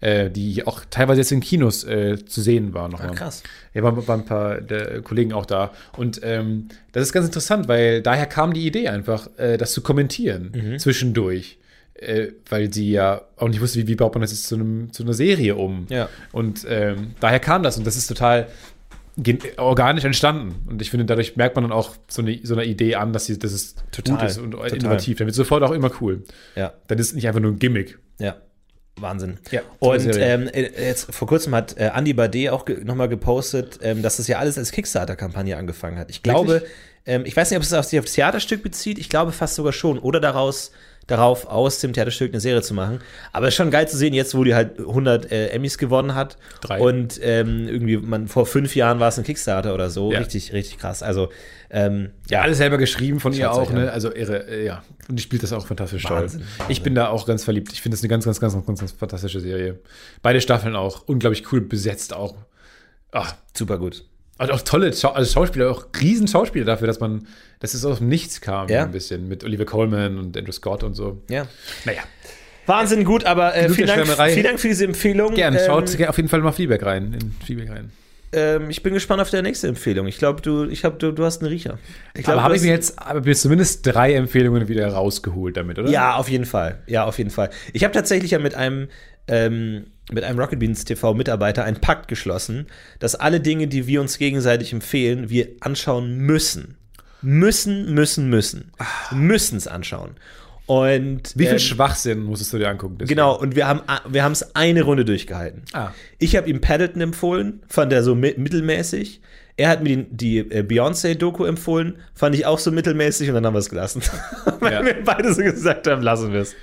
S1: äh, die auch teilweise jetzt in Kinos äh, zu sehen war. Noch mal.
S2: krass.
S1: Ja, waren, waren ein paar der Kollegen auch da. Und ähm, das ist ganz interessant, weil daher kam die Idee einfach, äh, das zu kommentieren
S2: Mhm.
S1: zwischendurch. Äh, weil sie ja auch nicht wusste, wie, wie baut man das jetzt zu, einem, zu einer Serie um.
S2: Ja.
S1: Und ähm, daher kam das und das ist total gen- organisch entstanden. Und ich finde, dadurch merkt man dann auch so eine, so eine Idee an, dass, sie, dass es total,
S2: Total,
S1: gut ist und
S2: total.
S1: innovativ. Dann wird sofort auch immer cool.
S2: ja.
S1: Dann ist es nicht einfach nur ein Gimmick.
S2: Ja. Wahnsinn.
S1: Ja, tolle
S2: und
S1: Serie.
S2: ähm, äh, jetzt vor kurzem hat äh, Andy Bade auch ge nochmal gepostet, ähm, dass das ja alles als Kickstarter-Kampagne angefangen hat. Ich glaube,
S1: Wirklich?
S2: ähm, ich weiß nicht, ob es auf- sich auf das Theaterstück bezieht, ich glaube fast sogar schon. Oder daraus, darauf aus dem Theaterstück eine Serie zu machen. Aber es ist schon geil zu sehen, jetzt wo die halt 100 äh, Emmys gewonnen hat.
S1: Drei.
S2: Und ähm, irgendwie, man, vor fünf Jahren war es ein Kickstarter oder so.
S1: Ja.
S2: Richtig, richtig krass. Also, ähm, ja,
S1: Alles selber geschrieben von ihr
S2: Schaut's
S1: auch,
S2: euch an.
S1: ne? Also irre, äh, ja. Und die spielt das auch fantastisch
S2: Wahnsinn,
S1: toll. Ich bin da auch ganz verliebt. Ich finde das eine ganz, ganz, ganz, ganz, ganz, ganz fantastische Serie. Beide Staffeln auch unglaublich cool besetzt auch. Ach,
S2: super gut.
S1: und auch tolle Schau also Schauspieler, auch riesen Schauspieler dafür, dass man, dass es aus dem Nichts kam,
S2: Ja.
S1: ein bisschen mit Olivia Colman und Andrew Scott und so.
S2: Ja.
S1: Naja,
S2: Wahnsinn gut, aber äh,
S1: Genug
S2: vielen,
S1: der
S2: Dank,
S1: Schwärmerei.
S2: vielen Dank für diese Empfehlung.
S1: gerne.
S2: Ähm,
S1: Schaut auf jeden Fall mal Fleabag rein, in Fleabag rein.
S2: ähm, ich bin gespannt auf deine nächste Empfehlung. Ich glaube, du, ich hab, du, du hast einen Riecher. Ich glaub,
S1: aber
S2: du
S1: habe ich
S2: hast-
S1: mir jetzt, aber mir zumindest drei Empfehlungen wieder rausgeholt damit, oder?
S2: Ja, auf jeden Fall. Ja, auf jeden Fall. Ich habe tatsächlich ja mit einem, ähm, mit einem Rocket Beans TV-Mitarbeiter einen Pakt geschlossen, dass alle Dinge, die wir uns gegenseitig empfehlen, wir anschauen müssen. Müssen, müssen, müssen. Müssen es anschauen. Und
S1: Ah. Wie viel
S2: ähm,
S1: Schwachsinn musstest du dir angucken? deswegen?
S2: Genau, und wir haben wir es eine Runde durchgehalten.
S1: Ah.
S2: Ich habe ihm Paddleton empfohlen, fand er so mi mittelmäßig. Er hat mir die, die äh, Beyoncé-Doku empfohlen, fand ich auch so mittelmäßig und dann haben wir es gelassen. Weil
S1: Ja.
S2: wir beide so gesagt haben, lassen wir es.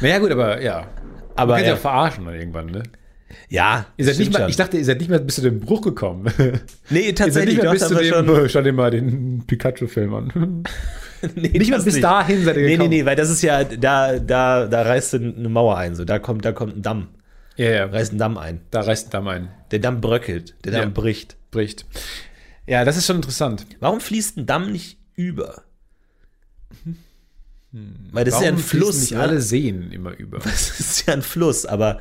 S1: Naja, gut, aber ja.
S2: Aber
S1: Man kann ja
S2: ja,
S1: verarschen dann irgendwann, ne?
S2: ja
S1: Ihr seid nicht
S2: stimmt
S1: mal,
S2: schon.
S1: ich dachte, ihr seid nicht mal bis zu dem Bruch gekommen. ihr
S2: nee,
S1: seid
S2: tatsächlich,
S1: nicht mal
S2: doch,
S1: bis
S2: das
S1: zu
S2: haben wir
S1: dem,
S2: schon.
S1: äh, schau dir mal den Pikachu-Film an.
S2: Nee,
S1: nicht mal
S2: das
S1: bis dahin seid ihr
S2: Nee, nee,
S1: gekommen.
S2: nee, weil das ist ja, da, da, da reißt du eine Mauer ein, so, da kommt, da kommt ein Damm,
S1: Ja, ja,
S2: reißt ein Damm ein.
S1: da reißt ein Damm ein.
S2: Der Damm bröckelt, der Damm
S1: Ja.
S2: bricht.
S1: Bricht. Ja, das ist schon interessant.
S2: Warum fließt ein Damm nicht über? Weil das
S1: Hm. Warum
S2: ist ja ein
S1: fließen
S2: Fluss.
S1: Nicht
S2: ne?
S1: alle Seen immer über.
S2: Das ist ja ein Fluss, aber.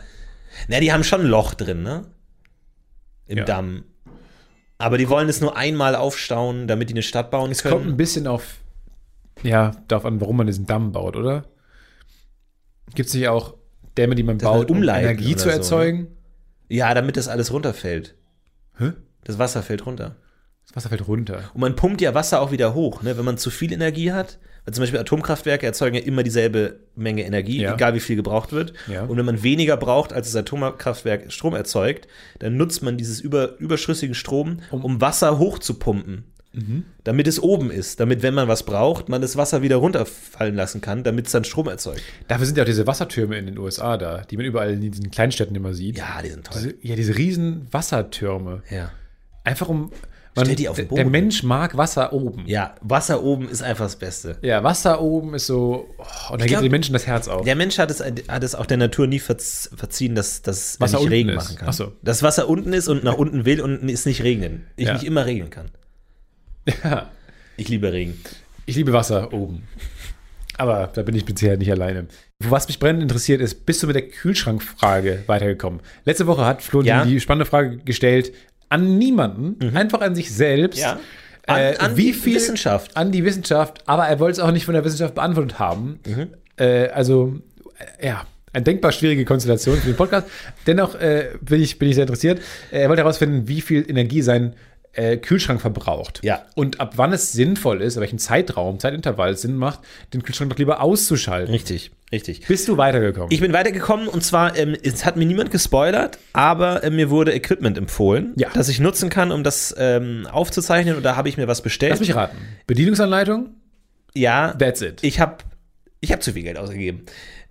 S2: Na, die haben schon ein Loch drin, ne? Im
S1: Ja.
S2: Damm. Aber die wollen es nur einmal aufstauen, damit die eine Stadt bauen
S1: Kommt ein
S2: können.
S1: bisschen auf, ja, darauf an, warum man diesen Damm baut, oder? Gibt es nicht auch Dämme, die man
S2: man
S1: baut, um
S2: umleiten
S1: Energie
S2: oder
S1: zu
S2: so, ne?
S1: erzeugen?
S2: Ja, damit das alles runterfällt.
S1: Hä?
S2: Das Wasser fällt runter.
S1: Das Wasser fällt runter.
S2: Und man pumpt ja Wasser auch wieder hoch, ne? wenn man zu viel Energie hat. Weil zum Beispiel Atomkraftwerke erzeugen ja immer dieselbe Menge Energie,
S1: Ja.
S2: egal wie viel gebraucht wird.
S1: Ja.
S2: Und wenn man weniger braucht, als das Atomkraftwerk Strom erzeugt, dann nutzt man dieses über, überschüssigen Strom, um, Wasser hochzupumpen. Damit es oben ist, damit, wenn man was braucht, man das Wasser wieder runterfallen lassen kann, damit es dann Strom erzeugt.
S1: Dafür sind ja auch diese Wassertürme in den USA da, die man überall in diesen Kleinstädten immer sieht.
S2: Ja, die sind toll.
S1: Diese, ja, diese riesen Wassertürme.
S2: Ja.
S1: Einfach um. Man,
S2: Stell die auf den
S1: Der
S2: Boden.
S1: Mensch mag Wasser oben.
S2: ja, Wasser oben ist einfach das Beste.
S1: Ja, Wasser oben ist so. Oh, und da geht
S2: glaub-
S1: den Menschen das Herz auf.
S2: Der Mensch hat es, hat es auch der Natur nie verz, verziehen, dass, dass
S1: Wasser
S2: er nicht
S1: unten
S2: Regen
S1: ist.
S2: machen kann.
S1: Ach so.
S2: Dass Wasser unten ist und nach unten will und es nicht regnen. Ich
S1: Ja.
S2: nicht immer regnen kann.
S1: Ja.
S2: Ich liebe Regen.
S1: Ich liebe Wasser oben. Aber da bin ich bisher nicht alleine. Was mich brennend interessiert ist, bist du mit der Kühlschrankfrage weitergekommen? Letzte Woche hat Flo
S2: Ja. Mhm.
S1: die, die spannende Frage gestellt an niemanden, einfach an sich selbst.
S2: Ja. An-
S1: Äh,
S2: an
S1: wie
S2: die
S1: viel,
S2: Wissenschaft.
S1: An die Wissenschaft, aber er wollte es auch nicht von der Wissenschaft beantwortet haben.
S2: Mhm.
S1: Äh, also, äh, ja, eine denkbar schwierige Konstellation für den Podcast. Dennoch äh, bin, ich, bin ich sehr interessiert. Äh, Er wollte herausfinden, wie viel Energie sein äh, Kühlschrank verbraucht.
S2: Ja.
S1: Und ab wann es sinnvoll ist, welchen Zeitraum, Zeitintervall es Sinn macht, den Kühlschrank doch lieber auszuschalten.
S2: Richtig, richtig.
S1: Bist du weitergekommen?
S2: Ich bin weitergekommen und zwar, ähm, es hat mir niemand gespoilert, aber äh, mir wurde Equipment empfohlen,
S1: Ja.
S2: das ich nutzen kann, um das ähm, aufzuzeichnen und da habe ich mir was bestellt.
S1: Lass mich raten. Bedienungsanleitung?
S2: ja,
S1: That's it.
S2: ich habe ich hab zu viel Geld ausgegeben.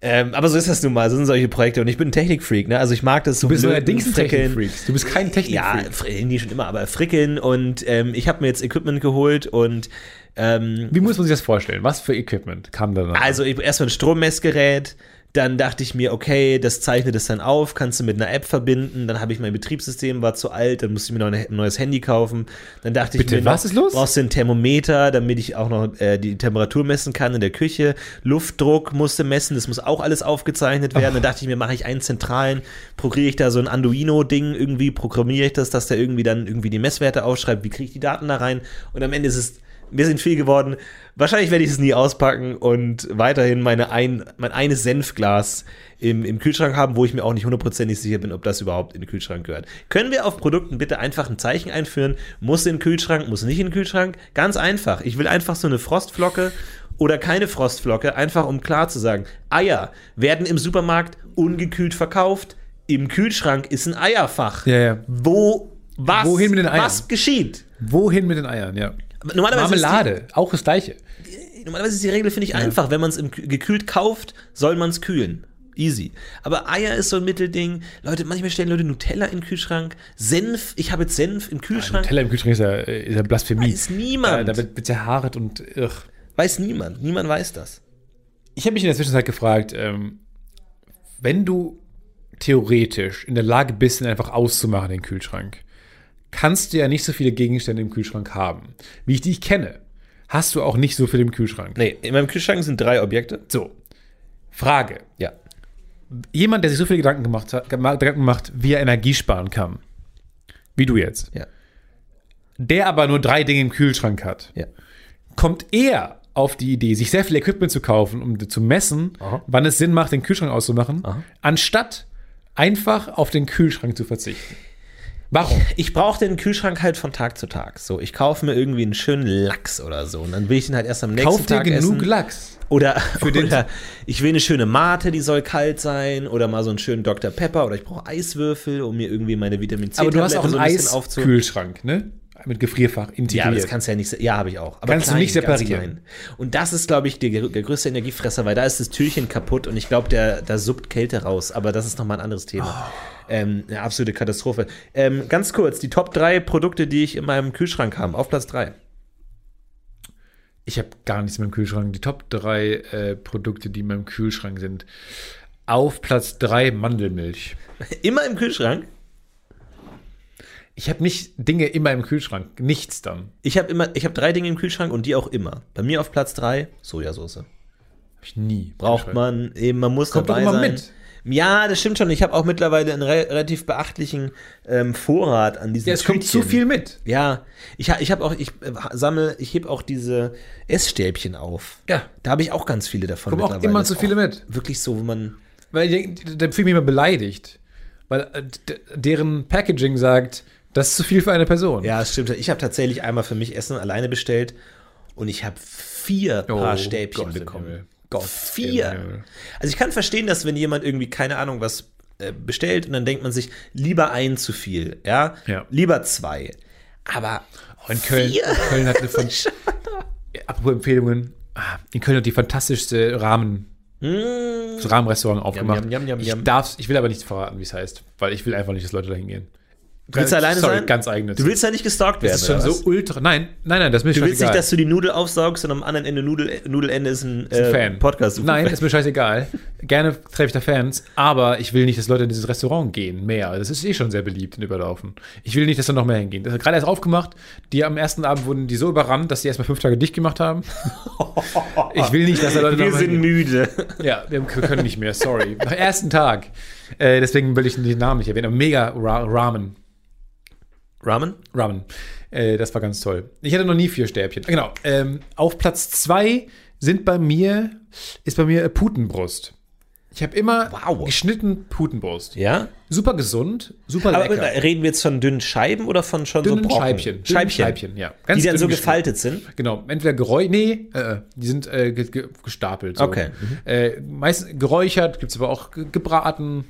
S2: Ähm, aber so ist das nun mal, so sind solche Projekte und ich bin ein Technikfreak, ne? Also ich mag das so
S1: Du bist
S2: blöden
S1: allerdings ein
S2: Frickeln.
S1: Technikfreak. Du bist kein
S2: Ja,
S1: Technikfreak.
S2: fr- irgendwie schon immer, aber frickeln und ähm, ich habe mir jetzt Equipment geholt und ähm,
S1: Wie muss man sich das vorstellen? Was für Equipment kam da noch?
S2: Also ich- erstmal ein Strommessgerät, dann dachte ich mir, okay, das zeichnet es dann auf, kannst du mit einer App verbinden, dann habe ich mein Betriebssystem, war zu alt, dann musste ich mir noch ein ein neues Handy kaufen. Dann dachte
S1: Bitte,
S2: ich mir,
S1: was
S2: noch,
S1: ist los?
S2: brauchst du ein Thermometer, damit ich auch noch äh, die Temperatur messen kann in der Küche. Luftdruck musste messen, das muss auch alles aufgezeichnet werden. Dann dachte ich mir, mache ich einen zentralen, programmiere ich da so ein Arduino-Ding irgendwie, programmiere ich das, dass der irgendwie dann irgendwie die Messwerte aufschreibt, wie kriege ich die Daten da rein und am Ende ist es wir sind viel geworden. Wahrscheinlich werde ich es nie auspacken und weiterhin meine ein, mein eines Senfglas im, im Kühlschrank haben, wo ich mir auch nicht hundertprozentig sicher bin, ob das überhaupt in den Kühlschrank gehört. Können wir auf Produkten bitte einfach ein Zeichen einführen? Muss in den Kühlschrank, muss nicht in den Kühlschrank? Ganz einfach. Ich will einfach so eine Frostflocke oder keine Frostflocke, einfach um klar zu sagen, Eier werden im Supermarkt ungekühlt verkauft. Im Kühlschrank ist ein Eierfach.
S1: Ja, ja.
S2: Wo, was,
S1: Wohin mit den Eiern?
S2: was geschieht?
S1: Wohin mit den Eiern? Ja.
S2: Normalerweise ist die-
S1: Marmelade, auch das Gleiche.
S2: Normalerweise ist die Regel, finde ich, einfach. Wenn man es im Kü- gekühlt kauft, soll man es kühlen. Easy. Aber Eier ist so ein Mittelding. Leute, manchmal stellen Leute Nutella in den Kühlschrank. Senf, ich habe jetzt Senf im Kühlschrank.
S1: Teller im Kühlschrank ist ja, ist ja Blasphemie.
S2: Weiß niemand.
S1: Äh, Da wird, wird ja haaret und irr.
S2: Weiß niemand. Niemand weiß das.
S1: Ich habe mich in der Zwischenzeit gefragt, ähm, wenn du theoretisch in der Lage bist, ihn einfach auszumachen, den Kühlschrank, kannst du ja nicht so viele Gegenstände im Kühlschrank haben. Wie ich dich kenne, hast du auch nicht so viel im Kühlschrank.
S2: Nee, in meinem Kühlschrank sind drei Objekte.
S1: So, Frage.
S2: Ja.
S1: Jemand, der sich so viele Gedanken gemacht hat, gema- Gedanken macht, wie er Energie sparen kann, wie du jetzt,
S2: Ja.
S1: der aber nur drei Dinge im Kühlschrank hat,
S2: Ja.
S1: kommt er auf die Idee, sich sehr viel Equipment zu kaufen, um zu messen,
S2: Aha.
S1: wann es Sinn macht, den Kühlschrank auszumachen,
S2: Aha.
S1: anstatt einfach auf den Kühlschrank zu verzichten. Warum?
S2: Ich brauche den Kühlschrank halt von Tag zu Tag. So, ich kaufe mir irgendwie einen schönen Lachs oder so. Und dann will ich den halt erst am nächsten
S1: Kauf dir
S2: Tag
S1: genug
S2: essen.
S1: Lachs.
S2: Oder,
S1: den-
S2: oder ich will eine schöne Mate, die soll kalt sein, oder mal so einen schönen Dr. Pepper, oder ich brauche Eiswürfel, um mir irgendwie meine Vitamin C
S1: Aber du hast auch
S2: Tablette
S1: einen
S2: so ein bisschen aufzu-
S1: Eiskühlschrank, ne? Mit Gefrierfach
S2: Ja, aber
S1: integriert.
S2: das kannst du ja nicht. se- Ja, habe ich auch. Aber
S1: Kannst du nicht
S2: ganz
S1: separieren.
S2: Und das ist, glaube ich, der, gr- der größte Energiefresser, weil da ist das Türchen kaputt und ich glaube, der da suppt Kälte raus. Aber das ist nochmal ein anderes Thema.
S1: Oh.
S2: Ähm, eine absolute Katastrophe. Ähm, ganz kurz, die Top 3 Produkte, die ich in meinem Kühlschrank habe, auf Platz 3.
S1: ich habe gar nichts in meinem Kühlschrank. Die Top 3 äh, Produkte, die in meinem Kühlschrank sind. Auf Platz 3 Mandelmilch.
S2: Immer im Kühlschrank.
S1: Ich habe nicht Dinge immer im Kühlschrank. Nichts dann.
S2: Ich habe immer, ich habe drei Dinge im Kühlschrank und die auch immer. Bei mir auf Platz 3 Sojasauce.
S1: Hab ich nie.
S2: braucht man eben, man muss
S1: Kommt doch
S2: dabei
S1: immer
S2: sein.
S1: mit.
S2: Ja, das stimmt schon. Ich habe auch mittlerweile einen re relativ beachtlichen ähm, Vorrat an diesen
S1: Ja, es kommt zu
S2: Tütchen.
S1: viel mit.
S2: Ja, ich, ha- ich habe auch, ich äh, sammle, ich heb auch diese Essstäbchen auf.
S1: Ja.
S2: Da habe ich auch ganz viele davon.
S1: Kommen auch
S2: mittlerweile.
S1: immer
S2: Ist
S1: zu viele
S2: auch
S1: mit.
S2: Wirklich so, wo man.
S1: Weil ich- da fühle ich mich immer beleidigt. Weil äh, d- deren Packaging sagt, das ist zu viel für eine Person.
S2: Ja, das stimmt. Ich habe tatsächlich einmal für mich Essen alleine bestellt und ich habe vier
S1: Oh,
S2: Paar Stäbchen
S1: Gott im Himmel.
S2: bekommen.
S1: Gott im Himmel.
S2: vier. Also ich kann verstehen, dass wenn jemand irgendwie keine Ahnung was äh, bestellt und dann denkt man sich lieber ein zu viel, ja,
S1: Ja.
S2: lieber zwei. Aber
S1: In Köln, in
S2: vier?
S1: Köln hat eine von. Apropos Empfehlungen. Ah, In Köln hat die fantastischste Rahmen. Das Rahmenrestaurant aufgemacht.
S2: Mm. Yum, yum, yum,
S1: ich
S2: yum.
S1: darf's, ich will aber nicht verraten, wie es heißt, weil ich will einfach nicht, dass Leute da hingehen.
S2: willst du alleine
S1: Sorry,
S2: sein?
S1: ganz eigenes.
S2: du willst ja nicht gestalkt werden.
S1: das ist schon
S2: oder was?
S1: so ultra. Nein, nein, nein, das ist mir
S2: Du willst
S1: scheißegal.
S2: nicht, dass du die Nudel aufsaugst und am anderen Ende Nudel, Nudelende ist ein, äh,
S1: Fan.
S2: Podcast.
S1: Nein, ist mir scheißegal. Gerne treffe ich da Fans, aber ich will nicht, dass Leute in dieses Restaurant gehen. Mehr. Das ist eh schon sehr beliebt und überlaufen. Ich will nicht, dass da noch mehr hingehen. Das hat gerade erst aufgemacht. Die am ersten Abend wurden die so überrannt, dass die erstmal fünf Tage dicht gemacht haben. Ich will nicht, dass da Leute noch
S2: wir
S1: mal
S2: sind
S1: hingehen.
S2: müde.
S1: Ja, wir wir können nicht mehr, sorry. Am ersten Tag. Äh, deswegen will ich den Namen nicht erwähnen. Aber mega Ra Ramen.
S2: Ramen?
S1: Ramen. Äh, das war ganz toll. Ich hatte noch nie vier Stäbchen. Genau. Ähm, auf Platz zwei sind bei mir, ist bei mir äh, Putenbrust. Ich habe immer
S2: Wow.
S1: geschnitten Putenbrust.
S2: Ja?
S1: Super gesund, super
S2: Aber äh,
S1: lecker.
S2: reden wir jetzt von dünnen Scheiben oder von schon so
S1: dünnen
S2: Brocken?
S1: Scheibchen. Dünnen
S2: Scheibchen.
S1: Scheibchen, ja.
S2: die dann
S1: dünn
S2: so
S1: geschnitten.
S2: gefaltet sind.
S1: Genau, entweder geräuchert, nee, äh, äh, die sind äh, ge ge gestapelt. So.
S2: Okay. mhm.
S1: Äh, meistens geräuchert, gibt es aber auch ge gebraten.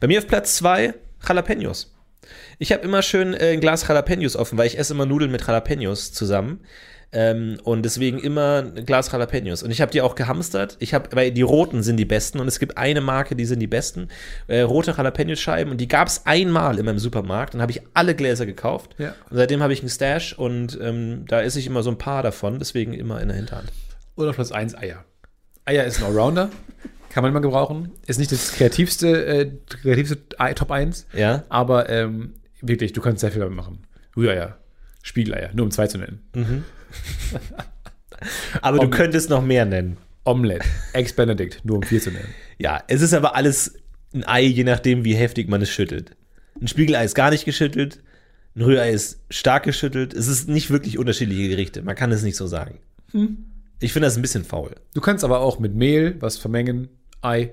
S2: Bei mir auf Platz zwei Jalapenos. Ich habe immer schön äh, ein Glas Jalapenos offen, weil ich esse immer Nudeln mit Jalapenos zusammen. Ähm, und deswegen immer ein Glas Jalapenos. Und ich habe die auch gehamstert. Ich habe, weil die roten sind die besten und es gibt eine Marke, die sind die besten. Äh, rote Jalapenos-Scheiben und die gab es einmal in meinem Supermarkt. Dann habe ich alle Gläser gekauft.
S1: Ja.
S2: Und seitdem habe ich einen Stash und ähm, da esse ich immer so ein paar davon, deswegen immer in der Hinterhand.
S1: Oder Platz 1 Eier. Eier ist ein Allrounder, kann man immer gebrauchen. Ist nicht das kreativste, äh, kreativste Ei- Top 1,
S2: Ja.
S1: aber ähm, wirklich, du kannst sehr viel damit machen. Rühreier, Spiegeleier, nur um zwei zu nennen.
S2: Aber du könntest noch mehr nennen.
S1: Omelette, Eggs Benedict, nur um vier zu nennen.
S2: Ja, es ist aber alles ein Ei, je nachdem, wie heftig man es schüttelt. Ein Spiegelei ist gar nicht geschüttelt, ein Rührei ist stark geschüttelt. Es ist nicht wirklich unterschiedliche Gerichte. Man kann es nicht so sagen. Ich finde das ein bisschen faul.
S1: Du kannst aber auch mit Mehl was vermengen, Ei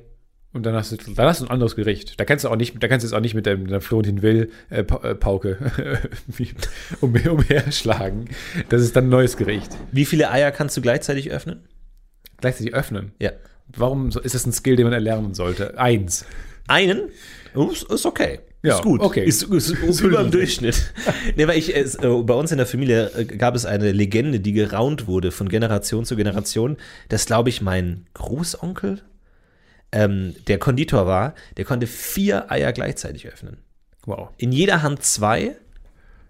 S1: und dann hast du, dann hast du ein anderes Gericht. Da kannst du auch nicht, da kannst du es auch nicht mit deinem- deiner Florentin Will äh, Pa- äh, Pauke wie- um, umherschlagen. Das ist dann ein neues Gericht.
S2: Wie viele Eier kannst du gleichzeitig öffnen?
S1: Gleichzeitig öffnen.
S2: Ja.
S1: Warum so, ist das ein Skill, den man erlernen sollte? Eins.
S2: Einen? Ups, ist okay.
S1: Ja,
S2: ist gut.
S1: okay.
S2: Ist, ist, ist über dem Durchschnitt. nee, weil ich, es, äh, bei uns in der Familie äh, gab es eine Legende, die geraunt wurde von Generation zu Generation, dass, glaube ich, mein Großonkel, ähm, der Konditor war, der konnte vier Eier gleichzeitig öffnen.
S1: Wow.
S2: In jeder Hand zwei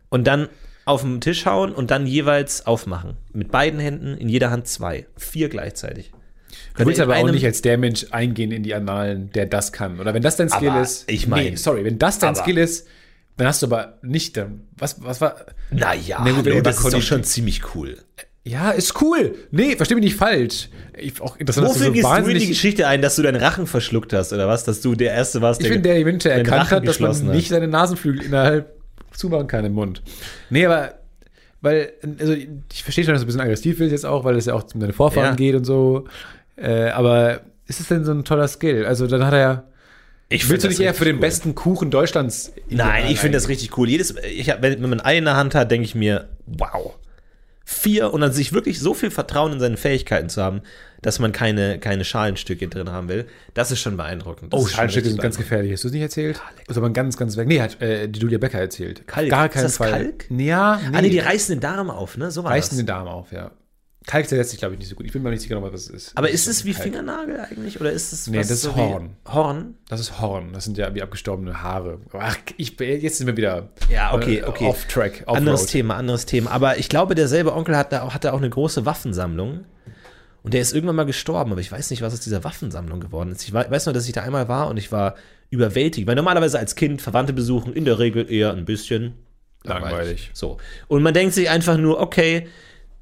S2: und dann auf den Tisch hauen und dann jeweils aufmachen. Mit beiden Händen, in jeder Hand zwei. Vier gleichzeitig.
S1: Du willst
S2: in
S1: aber auch
S2: einem-
S1: nicht als der Mensch eingehen in die Annalen, der das kann. Oder wenn das dein Skill
S2: Aber
S1: ist.
S2: ich mein-
S1: sorry, wenn das dein
S2: aber-
S1: Skill ist, dann hast du aber nicht. dann- Was, was war.
S2: Naja,
S1: Nee, gut,
S2: hallo,
S1: aber
S2: das ist doch
S1: Konditor-
S2: schon ziemlich cool.
S1: Ja, ist cool. Nee, versteh mich nicht falsch. Ich, auch interessant, dass
S2: Wofür
S1: du so
S2: gehst du in die
S1: wahnsinnig.
S2: Geschichte ein, dass du deinen Rachen verschluckt hast oder was? Dass du der Erste warst,
S1: Ich bin der, der Winter
S2: den
S1: erkannt
S2: Rachen
S1: hat, dass man
S2: geschlossen hat.
S1: nicht seine Nasenflügel innerhalb zumachen kann im Mund. Nee, aber. Weil, also ich verstehe schon, dass du ein bisschen aggressiv bist jetzt auch, weil es ja auch um deine Vorfahren
S2: Ja.
S1: geht und so. Äh, aber ist es denn so ein toller Skill? Also dann hat er ja.
S2: Ich
S1: Willst du
S2: find
S1: dich
S2: das
S1: eher für
S2: richtig
S1: den
S2: cool.
S1: besten Kuchen Deutschlands? in
S2: Nein,
S1: den
S2: ich finde das
S1: Anleihen?
S2: richtig cool. Jedes, ich hab, wenn wenn man ein Ei in der Hand hat, denke ich mir, wow. Vier und dann sich wirklich so viel Vertrauen in seine Fähigkeiten zu haben, dass man keine, keine Schalenstücke drin haben will, das ist schon beeindruckend. Das
S1: Oh,
S2: ist schon
S1: Schalenstücke
S2: richtig
S1: sind ganz gefährlich. Hast du es nicht erzählt? Ist aber ein ganz, ganz weg. Nee, hat äh, die Julia Becker erzählt.
S2: Kalk.
S1: Gar
S2: Ist
S1: keinen
S2: das
S1: Fall.
S2: Kalk?
S1: Ja, nee.
S2: beeindruckend. Ah, nee, die reißen den Darm auf, ne? So war
S1: reißen
S2: das.
S1: den Darm auf, ja. Kalk zersetzt sich, glaube ich, nicht so gut. Ich bin mir nicht sicher, was es ist.
S2: Aber ist es wie
S1: Kalk.
S2: Fingernagel eigentlich? Oder ist es
S1: Nee,
S2: was
S1: das ist
S2: so wie-
S1: Horn.
S2: Horn?
S1: Das ist Horn. Das sind ja wie abgestorbene Haare. Ach, ich, jetzt sind wir wieder
S2: Ja, okay,
S1: äh,
S2: okay.
S1: off track. Off
S2: anderes Thema, anderes Thema. Aber ich glaube, derselbe Onkel hat da, auch- hatte auch eine große Waffensammlung. Und der ist irgendwann mal gestorben, aber ich weiß nicht, was aus dieser Waffensammlung geworden ist. Ich wei- weiß nur, dass ich da einmal war und ich war überwältigt. Weil normalerweise als Kind Verwandte besuchen, in der Regel eher ein bisschen
S1: Langweilig.
S2: So. Und man denkt sich einfach nur, okay,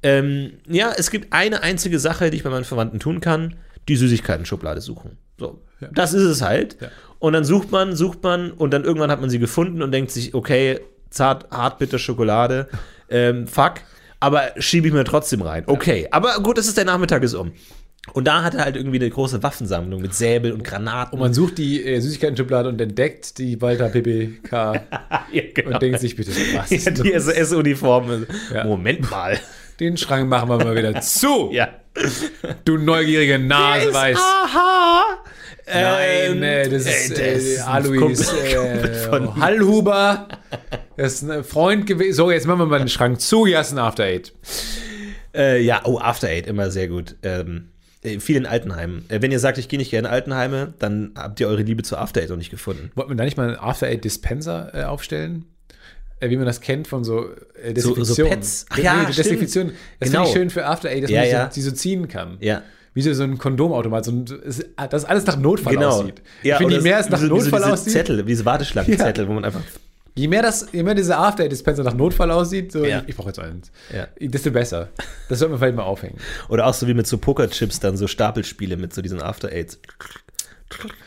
S2: ähm, ja, es gibt eine einzige Sache, die ich bei meinen Verwandten tun kann: die Süßigkeiten-Schublade suchen. So. Das ist es halt.
S1: Ja.
S2: Und dann sucht man, sucht man und dann irgendwann hat man sie gefunden und denkt sich, okay, zart, hart, bitter Schokolade, ähm, fuck, aber schiebe ich mir trotzdem rein. Okay, aber gut, es ist der Nachmittag ist um. Und da hat er halt irgendwie eine große Waffensammlung mit Säbel und Granaten.
S1: Und man sucht die äh, Süßigkeiten-Schublade und entdeckt die Walter PPK
S2: ja, genau.
S1: und denkt sich bitte, was ist
S2: ja,
S1: los?
S2: die SS-Uniform.
S1: Ja.
S2: Moment mal.
S1: Den Schrank machen wir mal wieder zu.
S2: ja.
S1: Du neugierige Nase weiß.
S2: Aha.
S1: Nein, äh, das
S2: äh,
S1: ist
S2: das
S1: äh,
S2: ist ein
S1: Alois
S2: Kumpel- Kumpel
S1: äh,
S2: von-
S1: Hallhuber. Das ist ein Freund gewesen. So, jetzt machen wir mal den Schrank zu. Hier ist ein After Eight.
S2: Äh, ja, oh, After Eight, immer sehr gut. Ähm, äh, viel in Altenheimen. Äh, wenn ihr sagt, ich gehe nicht gerne in Altenheime, dann habt ihr eure Liebe zu After Eight noch nicht gefunden.
S1: Wollten wir da nicht mal einen After Eight Dispenser äh, aufstellen? Äh, wie man das kennt von so äh,
S2: So- so
S1: Desinfektion.
S2: Pads. Ach ja, stimmt.
S1: Desinfektion. Das
S2: Genau.
S1: finde ich schön für After Eight, dass
S2: Ja,
S1: man die
S2: ja.
S1: so- die so ziehen kann.
S2: Ja.
S1: Wie so so ein Kondomautomat. So ein, es- das alles nach Notfall aussieht.
S2: Genau. Ja,
S1: ich finde, je
S2: oder
S1: mehr es nach
S2: so- wie so
S1: Notfall
S2: diese
S1: aussieht,
S2: Zettel, diese Warteschlangenzettel, wo man einfach.
S1: Je mehr, das, je mehr dieser After-Dispenser nach Notfall aussieht, so,
S2: Ja.
S1: ich, ich brauche jetzt eins,
S2: Ja.
S1: desto besser. Das sollten wir vielleicht mal aufhängen.
S2: Oder auch so wie mit so Pokerchips dann so Stapelspiele mit so diesen After Eights.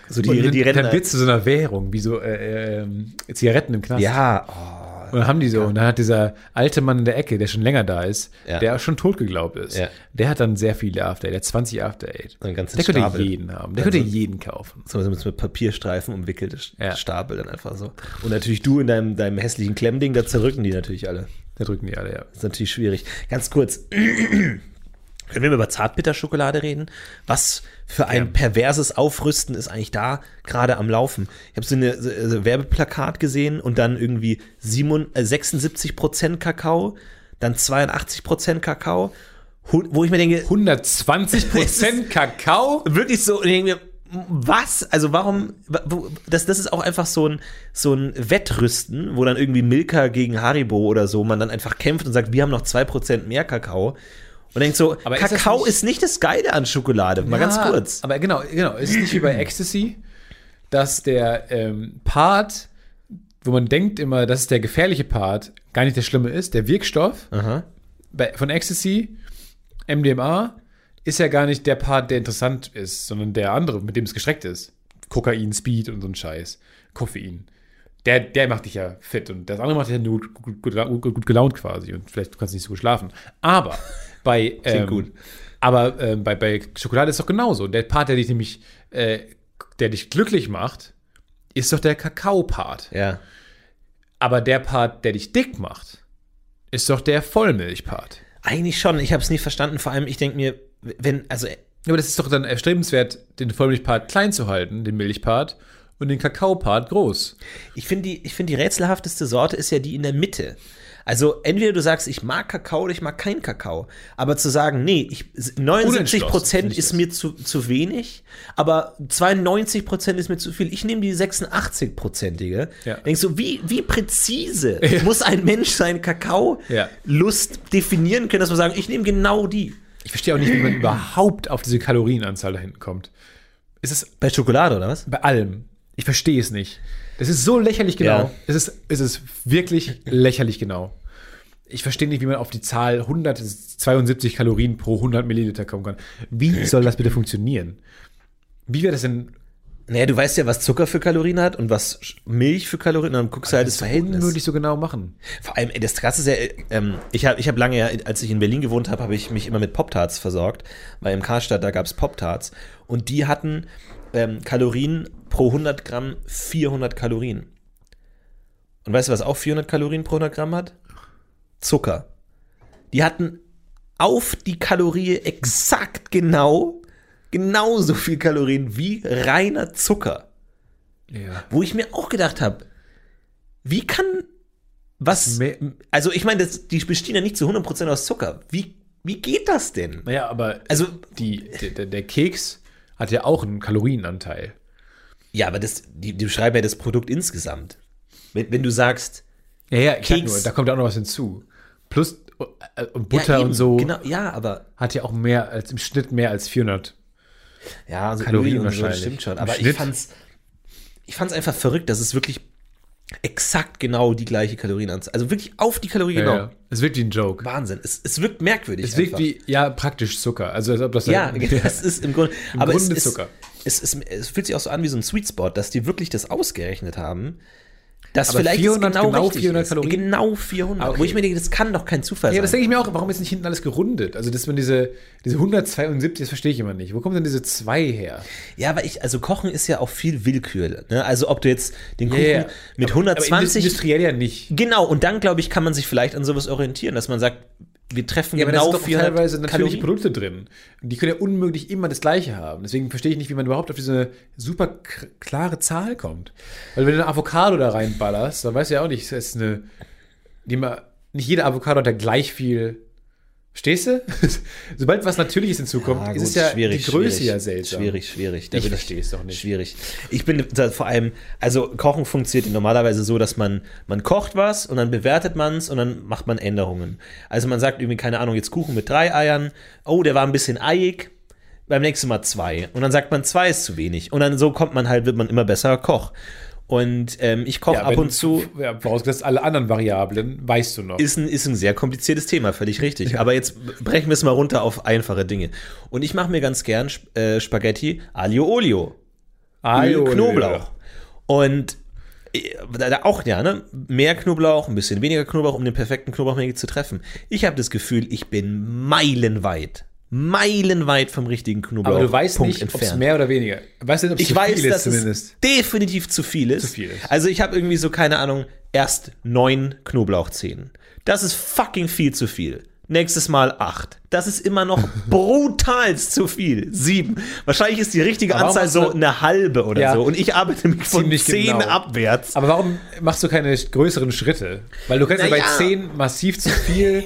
S2: So die,
S1: Und
S2: die
S1: dann
S2: Ränder.
S1: wird zu so einer Währung, wie so äh, ähm, Zigaretten im Knast.
S2: Ja, oh,
S1: Und dann haben die so, und dann hat dieser alte Mann in der Ecke, der schon länger da ist,
S2: Ja.
S1: der auch schon tot geglaubt ist,
S2: Ja.
S1: der hat dann sehr viele After Eight, der hat 20 After Eight.
S2: So einen ganzen
S1: der könnte
S2: Stapel.
S1: jeden haben, der
S2: Dann
S1: könnte
S2: so-
S1: jeden kaufen.
S2: So so mit Papierstreifen umwickelte Sch-
S1: Ja.
S2: Stapel dann einfach so. Und natürlich du in deinem, deinem hässlichen Klemmding, da zerrücken die natürlich alle.
S1: Da drücken die alle, ja.
S2: Das ist natürlich schwierig. Ganz kurz. Können wir mal über Zartbitterschokolade reden? Was für ein perverses Aufrüsten ist eigentlich da gerade am Laufen? Ich habe so eine so, so Werbeplakat gesehen und dann irgendwie 77, äh, 76% Kakao, dann 82% Kakao, hu- wo ich mir denke,
S1: 120
S2: Es ist-
S1: Prozent Kakao?
S2: wirklich so, und ich denke mir, was? Also warum? wa- wo- Das, das ist auch einfach so ein, so ein Wettrüsten, wo dann irgendwie Milka gegen Haribo oder so, man dann einfach kämpft und sagt, wir haben noch 2% mehr Kakao. Und denkt so,
S1: Aber ist das
S2: Kakao
S1: nicht-
S2: ist nicht das Geile an Schokolade, mal ganz
S1: Ja,
S2: kurz.
S1: Aber genau, genau. Ist es nicht wie bei Ecstasy, dass der ähm, Part, wo man denkt immer, das ist der gefährliche Part, gar nicht der schlimme ist. Der Wirkstoff
S2: Aha.
S1: bei, von Ecstasy, MDMA, ist ja gar nicht der Part, der interessant ist, sondern der andere, mit dem es gestreckt ist. Kokain, Speed und so ein Scheiß. Koffein. Der, der macht dich ja fit und das andere macht dich ja nur gut, gut, gut, gut, gut gelaunt quasi und vielleicht du kannst nicht so gut schlafen. Aber bei. Ähm,
S2: gut.
S1: Aber ähm, bei, bei Schokolade ist doch genauso. Der Part, der dich nämlich, äh, der dich glücklich macht, ist doch der Kakao-Part.
S2: Ja.
S1: Aber der Part, der dich dick macht, ist doch der Vollmilch-Part.
S2: Eigentlich schon, ich habe es nie verstanden. Vor allem, ich denke mir, wenn, also
S1: Ja, aber das ist doch dann erstrebenswert, den Vollmilchpart klein zu halten, den Milchpart, und den Kakaopart groß.
S2: Ich finde die, ich find die rätselhafteste Sorte ist ja die in der Mitte. Also entweder du sagst, ich mag Kakao oder ich mag keinen Kakao. Aber zu sagen, nee, ich, 79
S1: Unentschlossen,
S2: Prozent
S1: finde ich
S2: ist
S1: das.
S2: mir zu, zu wenig, aber 92 Prozent ist mir zu viel. Ich nehme die 86-prozentige.
S1: Ja.
S2: Denkst du, wie, wie präzise muss ein Mensch seinen
S1: Ja.
S2: Kakao-Lust definieren können, dass man sagen, ich nehme genau die.
S1: Ich verstehe auch nicht, wie man überhaupt auf diese Kalorienanzahl da hinten kommt. Es ist
S2: Bei Schokolade oder was?
S1: bei allem. Ich verstehe es nicht. Das ist so lächerlich genau.
S2: Ja.
S1: Es, ist, es ist wirklich lächerlich genau. Ich verstehe nicht, wie man auf die Zahl 172 Kalorien pro 100 Milliliter kommen kann. Wie soll das bitte funktionieren? Wie wäre das denn
S2: Naja, du weißt ja, was Zucker für Kalorien hat und was Sch- Milch für Kalorien, und dann guckst du halt das Verhältnis.
S1: unmöglich so genau machen?
S2: Vor allem, ey, das Krasse ist ja, äh, ähm, ich habe ich hab lange, ja, als ich in Berlin gewohnt habe, habe ich mich immer mit Pop-Tarts versorgt, weil im Karstadt, da gab es Pop-Tarts. Und die hatten ähm, Kalorien pro 100 Gramm 400 Kalorien. Und weißt du, was auch 400 Kalorien pro 100 Gramm hat? Zucker. Die hatten auf die Kalorie exakt genau genauso viel Kalorien wie reiner Zucker
S1: Ja.
S2: wo ich mir auch gedacht habe, wie kann was,
S1: Me-
S2: also ich meine, das- die bestehen ja nicht zu 100% aus Zucker. Wie, wie geht das denn?
S1: Naja, aber
S2: Also,
S1: die, der- der, der Keks hat ja auch einen Kalorienanteil.
S2: ja, aber das, die, die beschreiben ja das Produkt insgesamt. Wenn, wenn du sagst,
S1: Ja, ja, ich sag
S2: Keks.
S1: Nur, da kommt ja auch noch was hinzu. Plus äh, und Butter
S2: ja, eben,
S1: und so
S2: Genau, ja, aber,
S1: hat ja auch mehr als im Schnitt mehr als 400.
S2: ja, so
S1: Kalorien
S2: Öl und so, das
S1: wahrscheinlich.
S2: stimmt schon.
S1: Im
S2: Aber ich
S1: Schnitt.
S2: fand's, ich fand's einfach verrückt, dass es wirklich exakt genau die gleiche Kalorienanzahl, also wirklich auf die Kalorie genau.
S1: Ja, ja. Es wirkt wie ein Joke.
S2: Wahnsinn, es, es wirkt merkwürdig.
S1: Es wirkt wie ja praktisch Zucker. Also als ob das
S2: Ja, genau.
S1: ein-
S2: das ist im Grunde.
S1: Im
S2: aber
S1: Grunde
S2: es,
S1: Zucker.
S2: Es, es, es, es fühlt sich auch so an wie so ein Sweet Spot, dass die wirklich das ausgerechnet haben. Dass
S1: Aber
S2: vielleicht
S1: 400
S2: es genau,
S1: genau
S2: richtig
S1: 400
S2: ist.
S1: Kalorien?
S2: Genau 400.
S1: Ah, okay.
S2: Wo ich mir denke, das kann doch kein Zufall
S1: ja, das
S2: sein.
S1: denke ich mir auch. Warum ist nicht hinten alles gerundet? Also dass man diese diese 172, das verstehe ich immer nicht. Wo kommen denn diese zwei her?
S2: Ja, aber ich, also Kochen ist ja auch viel Willkür. Ne? Also ob du jetzt den Kuchen
S1: Ja, ja.
S2: mit
S1: Aber- aber
S2: 120
S1: industriell ja nicht.
S2: Genau, und dann, glaube ich, kann man sich vielleicht an sowas orientieren, dass man sagt, wir treffen
S1: Ja, aber
S2: genau
S1: da sind doch
S2: 400
S1: teilweise natürliche
S2: Kalorien.
S1: halt Produkte drin. Und die können ja unmöglich immer das gleiche haben. Deswegen verstehe ich nicht, wie man überhaupt auf diese super k- klare Zahl kommt. Weil wenn du eine Avocado da reinballerst, dann weißt du ja auch nicht, es ist eine. Die mal, nicht jede Avocado hat ja gleich viel. Stehst du? Sobald was Natürliches hinzukommt,
S2: Ah,
S1: ist
S2: gut,
S1: es ja
S2: schwierig,
S1: die Größe
S2: schwierig,
S1: ja seltsam.
S2: Schwierig, schwierig.
S1: Ich
S2: bin
S1: verstehe es doch nicht.
S2: Schwierig. Ich bin da vor allem, also Kochen funktioniert normalerweise so, dass man, man kocht was und dann bewertet man es und dann macht man Änderungen. Also man sagt irgendwie, keine Ahnung, jetzt Kuchen mit drei Eiern. Oh, der war ein bisschen eiig. Beim nächsten Mal zwei. Und dann sagt man, zwei ist zu wenig. Und dann so kommt man halt, wird man immer besser Koch. Und ähm, ich koche
S1: Ja,
S2: ab
S1: wenn-
S2: und zu.
S1: Ja, vorausgesetzt, alle anderen Variablen weißt du noch.
S2: Ist ein, ist ein sehr kompliziertes Thema, völlig richtig. Aber jetzt brechen wir es mal runter auf einfache Dinge. Und ich mache mir ganz gern Sp- äh, Spaghetti Aglio Olio.
S1: Ah,
S2: Öl,
S1: jo,
S2: Knoblauch. Und äh, da, da auch ja, ne? Mehr Knoblauch, ein bisschen weniger Knoblauch, um den perfekten Knoblauchmenge zu treffen. Ich habe das Gefühl, ich bin meilenweit, meilenweit vom richtigen Knoblauch.
S1: Aber du weißt
S2: Punkt
S1: nicht, ob es mehr oder weniger. Weißt nicht, ob es
S2: ich
S1: zu
S2: weiß,
S1: viel ist
S2: dass
S1: zumindest.
S2: es definitiv zu viel ist.
S1: Zu viel ist.
S2: Also ich habe irgendwie so, keine Ahnung, erst neun Knoblauchzehen. Das ist fucking viel zu viel. Nächstes Mal acht. Das ist immer noch brutal zu viel. Sieben. Wahrscheinlich ist die richtige
S1: Aber warum
S2: Anzahl
S1: hast du
S2: so
S1: eine-
S2: eine halbe oder
S1: Ja.
S2: so. Und ich arbeite mich von
S1: Ziemlich
S2: zehn
S1: genau.
S2: abwärts.
S1: Aber warum machst du keine größeren Schritte? Weil du kannst ja bei
S2: Naja.
S1: 10 massiv zu viel.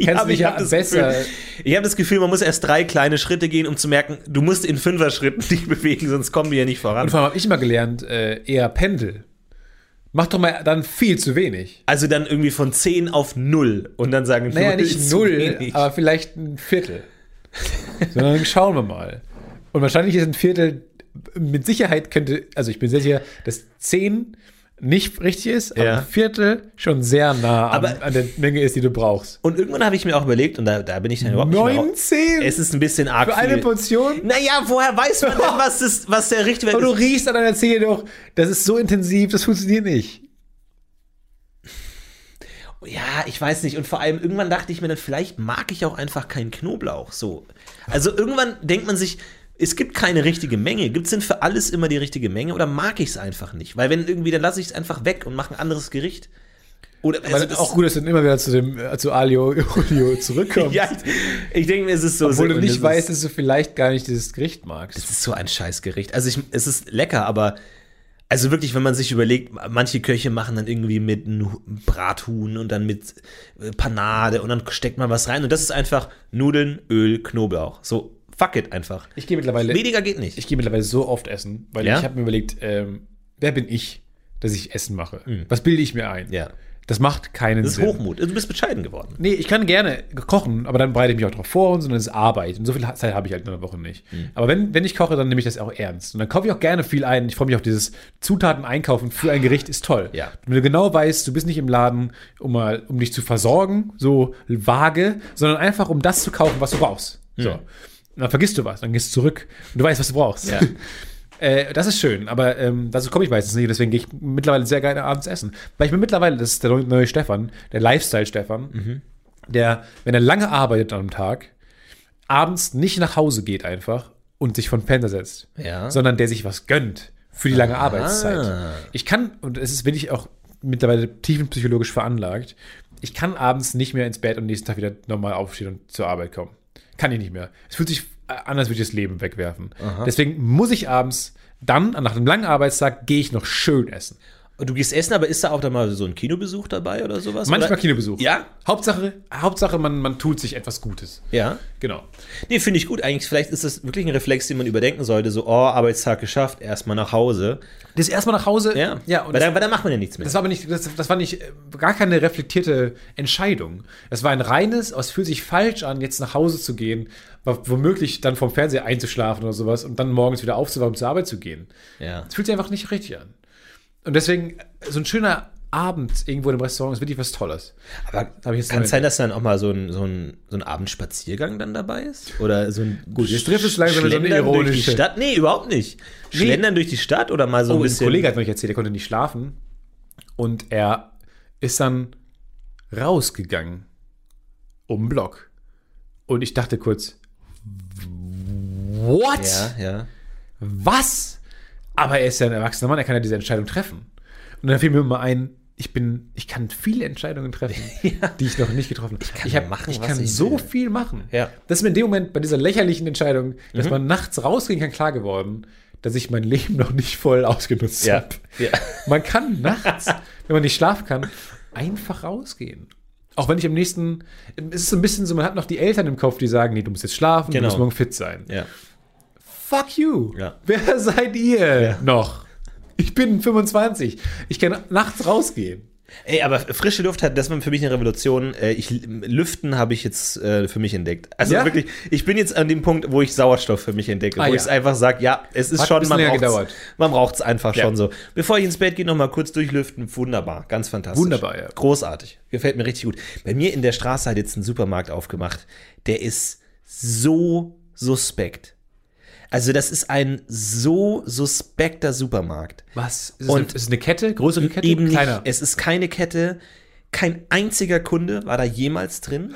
S2: Ja,
S1: Kennst
S2: aber
S1: dich
S2: ich
S1: ja
S2: habe das,
S1: besser.
S2: Gefühl- ich hab das Gefühl, man muss erst drei kleine Schritte gehen, um zu merken, du musst in Fünfer-Schritten dich bewegen, sonst kommen wir ja nicht
S1: Und
S2: voran.
S1: vor allem habe ich immer gelernt, äh, eher Pendel. Mach doch mal dann viel zu wenig.
S2: Also dann irgendwie von 10 auf 0 und dann sagen,
S1: Naja, nicht
S2: ist zu
S1: null,
S2: wenig.
S1: aber vielleicht ein Viertel. Sondern schauen wir mal. Und wahrscheinlich ist ein Viertel, mit Sicherheit könnte, also ich bin sehr sicher, dass 10 nicht richtig ist, aber
S2: Ja.
S1: ein Viertel schon sehr nah an,
S2: Aber-
S1: an der Menge ist, die du brauchst.
S2: Und irgendwann habe ich mir auch überlegt, und da, da bin ich dann überhaupt nicht mehr.
S1: 19?
S2: Es ist ein bisschen arg
S1: Für eine
S2: viel.
S1: Portion?
S2: Naja, woher weiß man denn, was, das, was der richtige
S1: Und
S2: Wert
S1: du
S2: ist?
S1: riechst an deiner Zehe doch, das ist so intensiv, das funktioniert nicht.
S2: Ja, ich weiß nicht. Und vor allem, irgendwann dachte ich mir dann, vielleicht mag ich auch einfach keinen Knoblauch. So. Also irgendwann denkt man sich, es gibt keine richtige Menge. Gibt es denn für alles immer die richtige Menge oder mag ich es einfach nicht? Weil wenn irgendwie, dann lasse ich es einfach weg und mache ein anderes Gericht. Oder also
S1: Also
S2: das-
S1: auch gut, dass du dann immer wieder zu dem äh, zu Alio Julio zurückkommst.
S2: Ja, ich, ich denke mir, es ist so.
S1: obwohl du
S2: und
S1: nicht
S2: es
S1: weißt,
S2: Ist,
S1: dass du vielleicht gar nicht dieses Gericht magst.
S2: es ist so ein Scheißgericht. Also ich, es ist lecker, aber. Also wirklich, wenn man sich überlegt, manche Köche machen dann irgendwie mit einem Hu- Brathuhn und dann mit äh, Panade und dann steckt man was rein und das ist einfach Nudeln, Öl, Knoblauch. So, fuck it einfach.
S1: Ich gehe mittlerweile,
S2: Weniger geht nicht.
S1: ich gehe mittlerweile so oft essen, weil
S2: Ja?
S1: ich habe mir überlegt, ähm, wer bin ich, dass ich Essen mache? Was bilde ich mir ein?
S2: Hm. ja.
S1: Das macht keinen
S2: Das ist
S1: Sinn.
S2: Hochmut. Also Du bist bescheiden geworden.
S1: Nee, ich kann gerne kochen, aber dann bereite ich mich auch darauf vor und so, dann ist Arbeit. Und so viel Zeit habe ich halt in einer Woche nicht.
S2: Mhm.
S1: Aber wenn, wenn ich koche, dann nehme ich das auch ernst. Und dann kaufe ich auch gerne viel ein. Ich freue mich auf dieses Zutaten einkaufen für ein Gericht ist toll.
S2: Ja.
S1: Wenn du genau weißt, du bist nicht im Laden, um, mal, um dich zu versorgen, so vage, sondern einfach um das zu kaufen, was du brauchst.
S2: Mhm.
S1: So. Und dann vergisst du was, dann gehst du zurück und du weißt, was du brauchst.
S2: Ja.
S1: Äh, das ist schön, aber ähm, dazu komme ich meistens nicht, deswegen gehe ich mittlerweile sehr gerne abends essen. Weil ich mir mittlerweile, das ist der neue Stefan, der Lifestyle-Stefan, der, wenn er lange arbeitet am Tag, abends nicht nach Hause geht einfach und sich von Fernseher setzt,
S2: Ja.
S1: sondern der sich was gönnt für die lange Arbeitszeit. Ah. Ich kann, und es ist wirklich auch mittlerweile tiefenpsychologisch veranlagt, ich kann abends nicht mehr ins Bett und nächsten Tag wieder normal aufstehen und zur Arbeit kommen. Kann ich nicht mehr. Es fühlt sich äh, an, als würde ich das Leben wegwerfen. Deswegen muss ich abends dann, nach einem langen Arbeitstag, gehe ich noch schön essen.
S2: Und du gehst essen, aber ist da auch dann mal so ein Kinobesuch dabei oder sowas?
S1: Manchmal
S2: oder?
S1: Kinobesuch.
S2: Ja?
S1: Hauptsache, Hauptsache man, man tut sich etwas Gutes.
S2: Ja.
S1: Genau.
S2: Nee, finde ich gut. Eigentlich, vielleicht ist das wirklich ein Reflex, den man überdenken sollte. So, oh, Arbeitstag geschafft, erstmal nach Hause.
S1: Das erstmal nach Hause.
S2: Ja.
S1: ja
S2: weil,
S1: und das,
S2: da, weil da macht man ja nichts mehr.
S1: das war aber nicht, das, das war nicht äh, gar keine reflektierte Entscheidung. Es war ein reines, oh, es fühlt sich falsch an, jetzt nach Hause zu gehen, wo- womöglich dann vom Fernseher einzuschlafen oder sowas und dann morgens wieder aufzuwachen und zur Arbeit zu gehen.
S2: Ja.
S1: Es fühlt sich einfach nicht richtig an. Und deswegen, äh, so ein schöner Abend irgendwo im Restaurant ist wirklich was Tolles.
S2: Aber
S1: hab ich jetzt
S2: kann
S1: noch
S2: es sein, dass dann auch mal so ein, so, ein, so ein Abendspaziergang dann dabei ist? Oder so ein
S1: Gut, jetzt trifft es langsam in so eine
S2: Schlendern durch die
S1: ironische-
S2: Stadt? Nee, überhaupt nicht. Schlendern durch die Stadt oder mal so ein
S1: Oh, ein
S2: bisschen.
S1: Kollege hat mir erzählt, er konnte nicht schlafen. Und er ist dann rausgegangen. Um den Block. Und ich dachte kurz, what?
S2: Ja, ja.
S1: Was? Aber er ist ja ein erwachsener Mann, er kann ja diese Entscheidung treffen. Und dann fiel mir immer ein, ich bin, ich kann viele Entscheidungen treffen, die ich noch nicht getroffen habe. Ich
S2: kann
S1: hab-
S2: machen,
S1: ich
S2: was
S1: kann
S2: ich
S1: so
S2: will.
S1: viel machen.
S2: Ja. Mhm.
S1: Das ist mir in dem Moment bei dieser lächerlichen Entscheidung, dass man nachts rausgehen kann, klar geworden, dass ich mein Leben noch nicht voll ausgenutzt
S2: Ja.
S1: habe.
S2: ja.
S1: Man kann nachts, wenn man nicht schlafen kann, einfach rausgehen. Auch wenn ich am nächsten, es ist so ein bisschen so, man hat noch die Eltern im Kopf, die sagen, nee, du musst jetzt schlafen,
S2: Genau.
S1: du musst morgen fit sein.
S2: ja.
S1: Fuck you.
S2: Ja.
S1: Wer seid ihr noch? Ich bin 25. Ich kann nachts rausgehen.
S2: Ey, aber frische Luft hat, das war für mich eine Revolution. Äh, Ich, Lüften habe ich jetzt äh, für mich entdeckt. Also
S1: Ja?
S2: wirklich, ich bin jetzt an dem Punkt, wo ich Sauerstoff für mich entdecke.
S1: Ah,
S2: wo
S1: ja.
S2: ich es einfach sage, ja, es ist
S1: Hat ein
S2: schon,
S1: bisschen
S2: man
S1: länger
S2: braucht
S1: gedauert.
S2: es man braucht's einfach
S1: Ja.
S2: schon so. Bevor ich ins Bett gehe, nochmal kurz durchlüften. Wunderbar, ganz fantastisch.
S1: Wunderbar, ja.
S2: Großartig. Gefällt mir richtig gut. Bei mir in der Straße hat jetzt ein Supermarkt aufgemacht. Der ist so suspekt. Also das ist ein so suspekter Supermarkt.
S1: Was? Ist es,
S2: Und-
S1: eine, ist es eine Kette? Größere Kette?
S2: Eben nicht.
S1: Kleiner.
S2: Es ist keine Kette. Kein einziger Kunde war da jemals drin.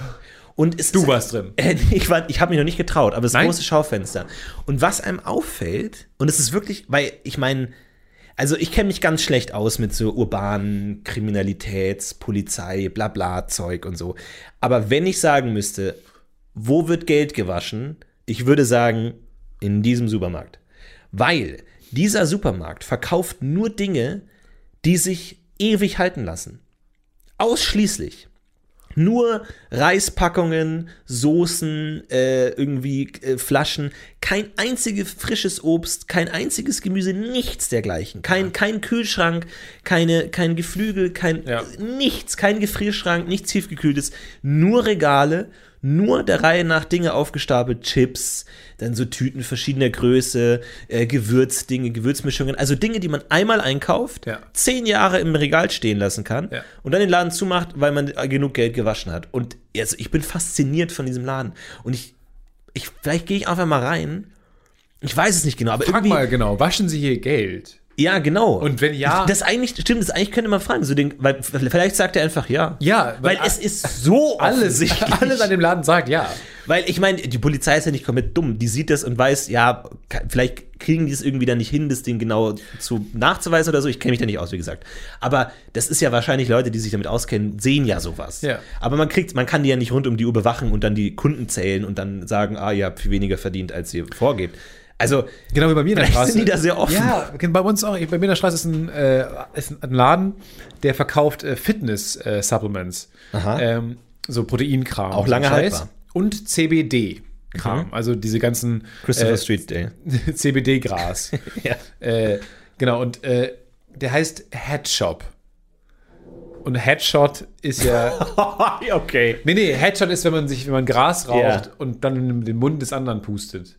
S2: Und es
S1: Du
S2: ist,
S1: warst drin.
S2: Äh, Ich, war- ich habe mich noch nicht getraut, aber das
S1: Nein?
S2: große Schaufenster. Und was einem auffällt, und es ist wirklich, weil ich meine, also ich kenne mich ganz schlecht aus mit so urbanen Kriminalitäts, Polizei, bla bla Zeug und so. Aber wenn ich sagen müsste, wo wird Geld gewaschen? Ich würde sagen, in diesem Supermarkt. Weil dieser Supermarkt verkauft nur Dinge, die sich ewig halten lassen. Ausschließlich. Nur Reispackungen, Soßen, äh, irgendwie äh, Flaschen, kein einziges frisches Obst, kein einziges Gemüse, nichts dergleichen. Kein, kein Kühlschrank, keine, kein Geflügel, kein
S1: Ja.
S2: nichts, kein Gefrierschrank, nichts tiefgekühltes, nur Regale, nur der Reihe nach Dinge aufgestapelt, Chips, dann so Tüten verschiedener Größe, äh, Gewürzdinge, Gewürzmischungen, also Dinge, die man einmal einkauft,
S1: Ja.
S2: zehn Jahre im Regal stehen lassen kann
S1: Ja.
S2: und dann den Laden zumacht, weil man genug Geld gewaschen hat. Und also ich bin fasziniert von diesem Laden. Und ich, ich vielleicht gehe ich einfach mal rein. Ich weiß es nicht genau, aber
S1: Frag
S2: irgendwie.
S1: mal genau, waschen Sie hier Geld?
S2: Ja, genau.
S1: Und wenn ja-
S2: Das eigentlich, stimmt, das eigentlich könnte man fragen. So den, weil, vielleicht sagt er einfach ja.
S1: Ja,
S2: Weil,
S1: a-
S2: es ist so
S1: alles,
S2: offensichtlich.
S1: alles an dem Laden sagt ja.
S2: Weil ich meine, die Polizei ist ja nicht komplett dumm. Die sieht das und weiß, ja, ka- vielleicht kriegen die es irgendwie da nicht hin, das Ding genau zu nachzuweisen oder so. Ich kenne mich da nicht aus, wie gesagt. Aber das ist ja wahrscheinlich Leute, die sich damit auskennen, sehen ja sowas.
S1: Ja.
S2: Aber man kriegt, man kann die ja nicht rund um die Uhr bewachen und dann die Kunden zählen und dann sagen, ah, ihr habt viel weniger verdient, als ihr vorgebt. Also,
S1: Genau wie bei mir in der
S2: Vielleicht sind
S1: Straße.
S2: die da sehr offen.
S1: Ja, bei uns auch. Bei mir in der Straße ist ein, äh, ist ein Laden, der verkauft äh, Fitness-Supplements.
S2: Aha.
S1: ähm, so Proteinkram.
S2: Auch
S1: so
S2: lange
S1: Scheiß.
S2: haltbar. Mhm.
S1: Und CBD-Kram. Also diese ganzen
S2: Christopher
S1: äh,
S2: Street Day.
S1: CBD-Gras.
S2: Ja.
S1: äh, genau, und äh, der heißt Headshop. Und Headshot ist ja.
S2: okay.
S1: Nee, nee, Headshot ist, wenn man sich, wenn man Gras raucht
S2: Ja.
S1: und dann in den Mund des anderen pustet.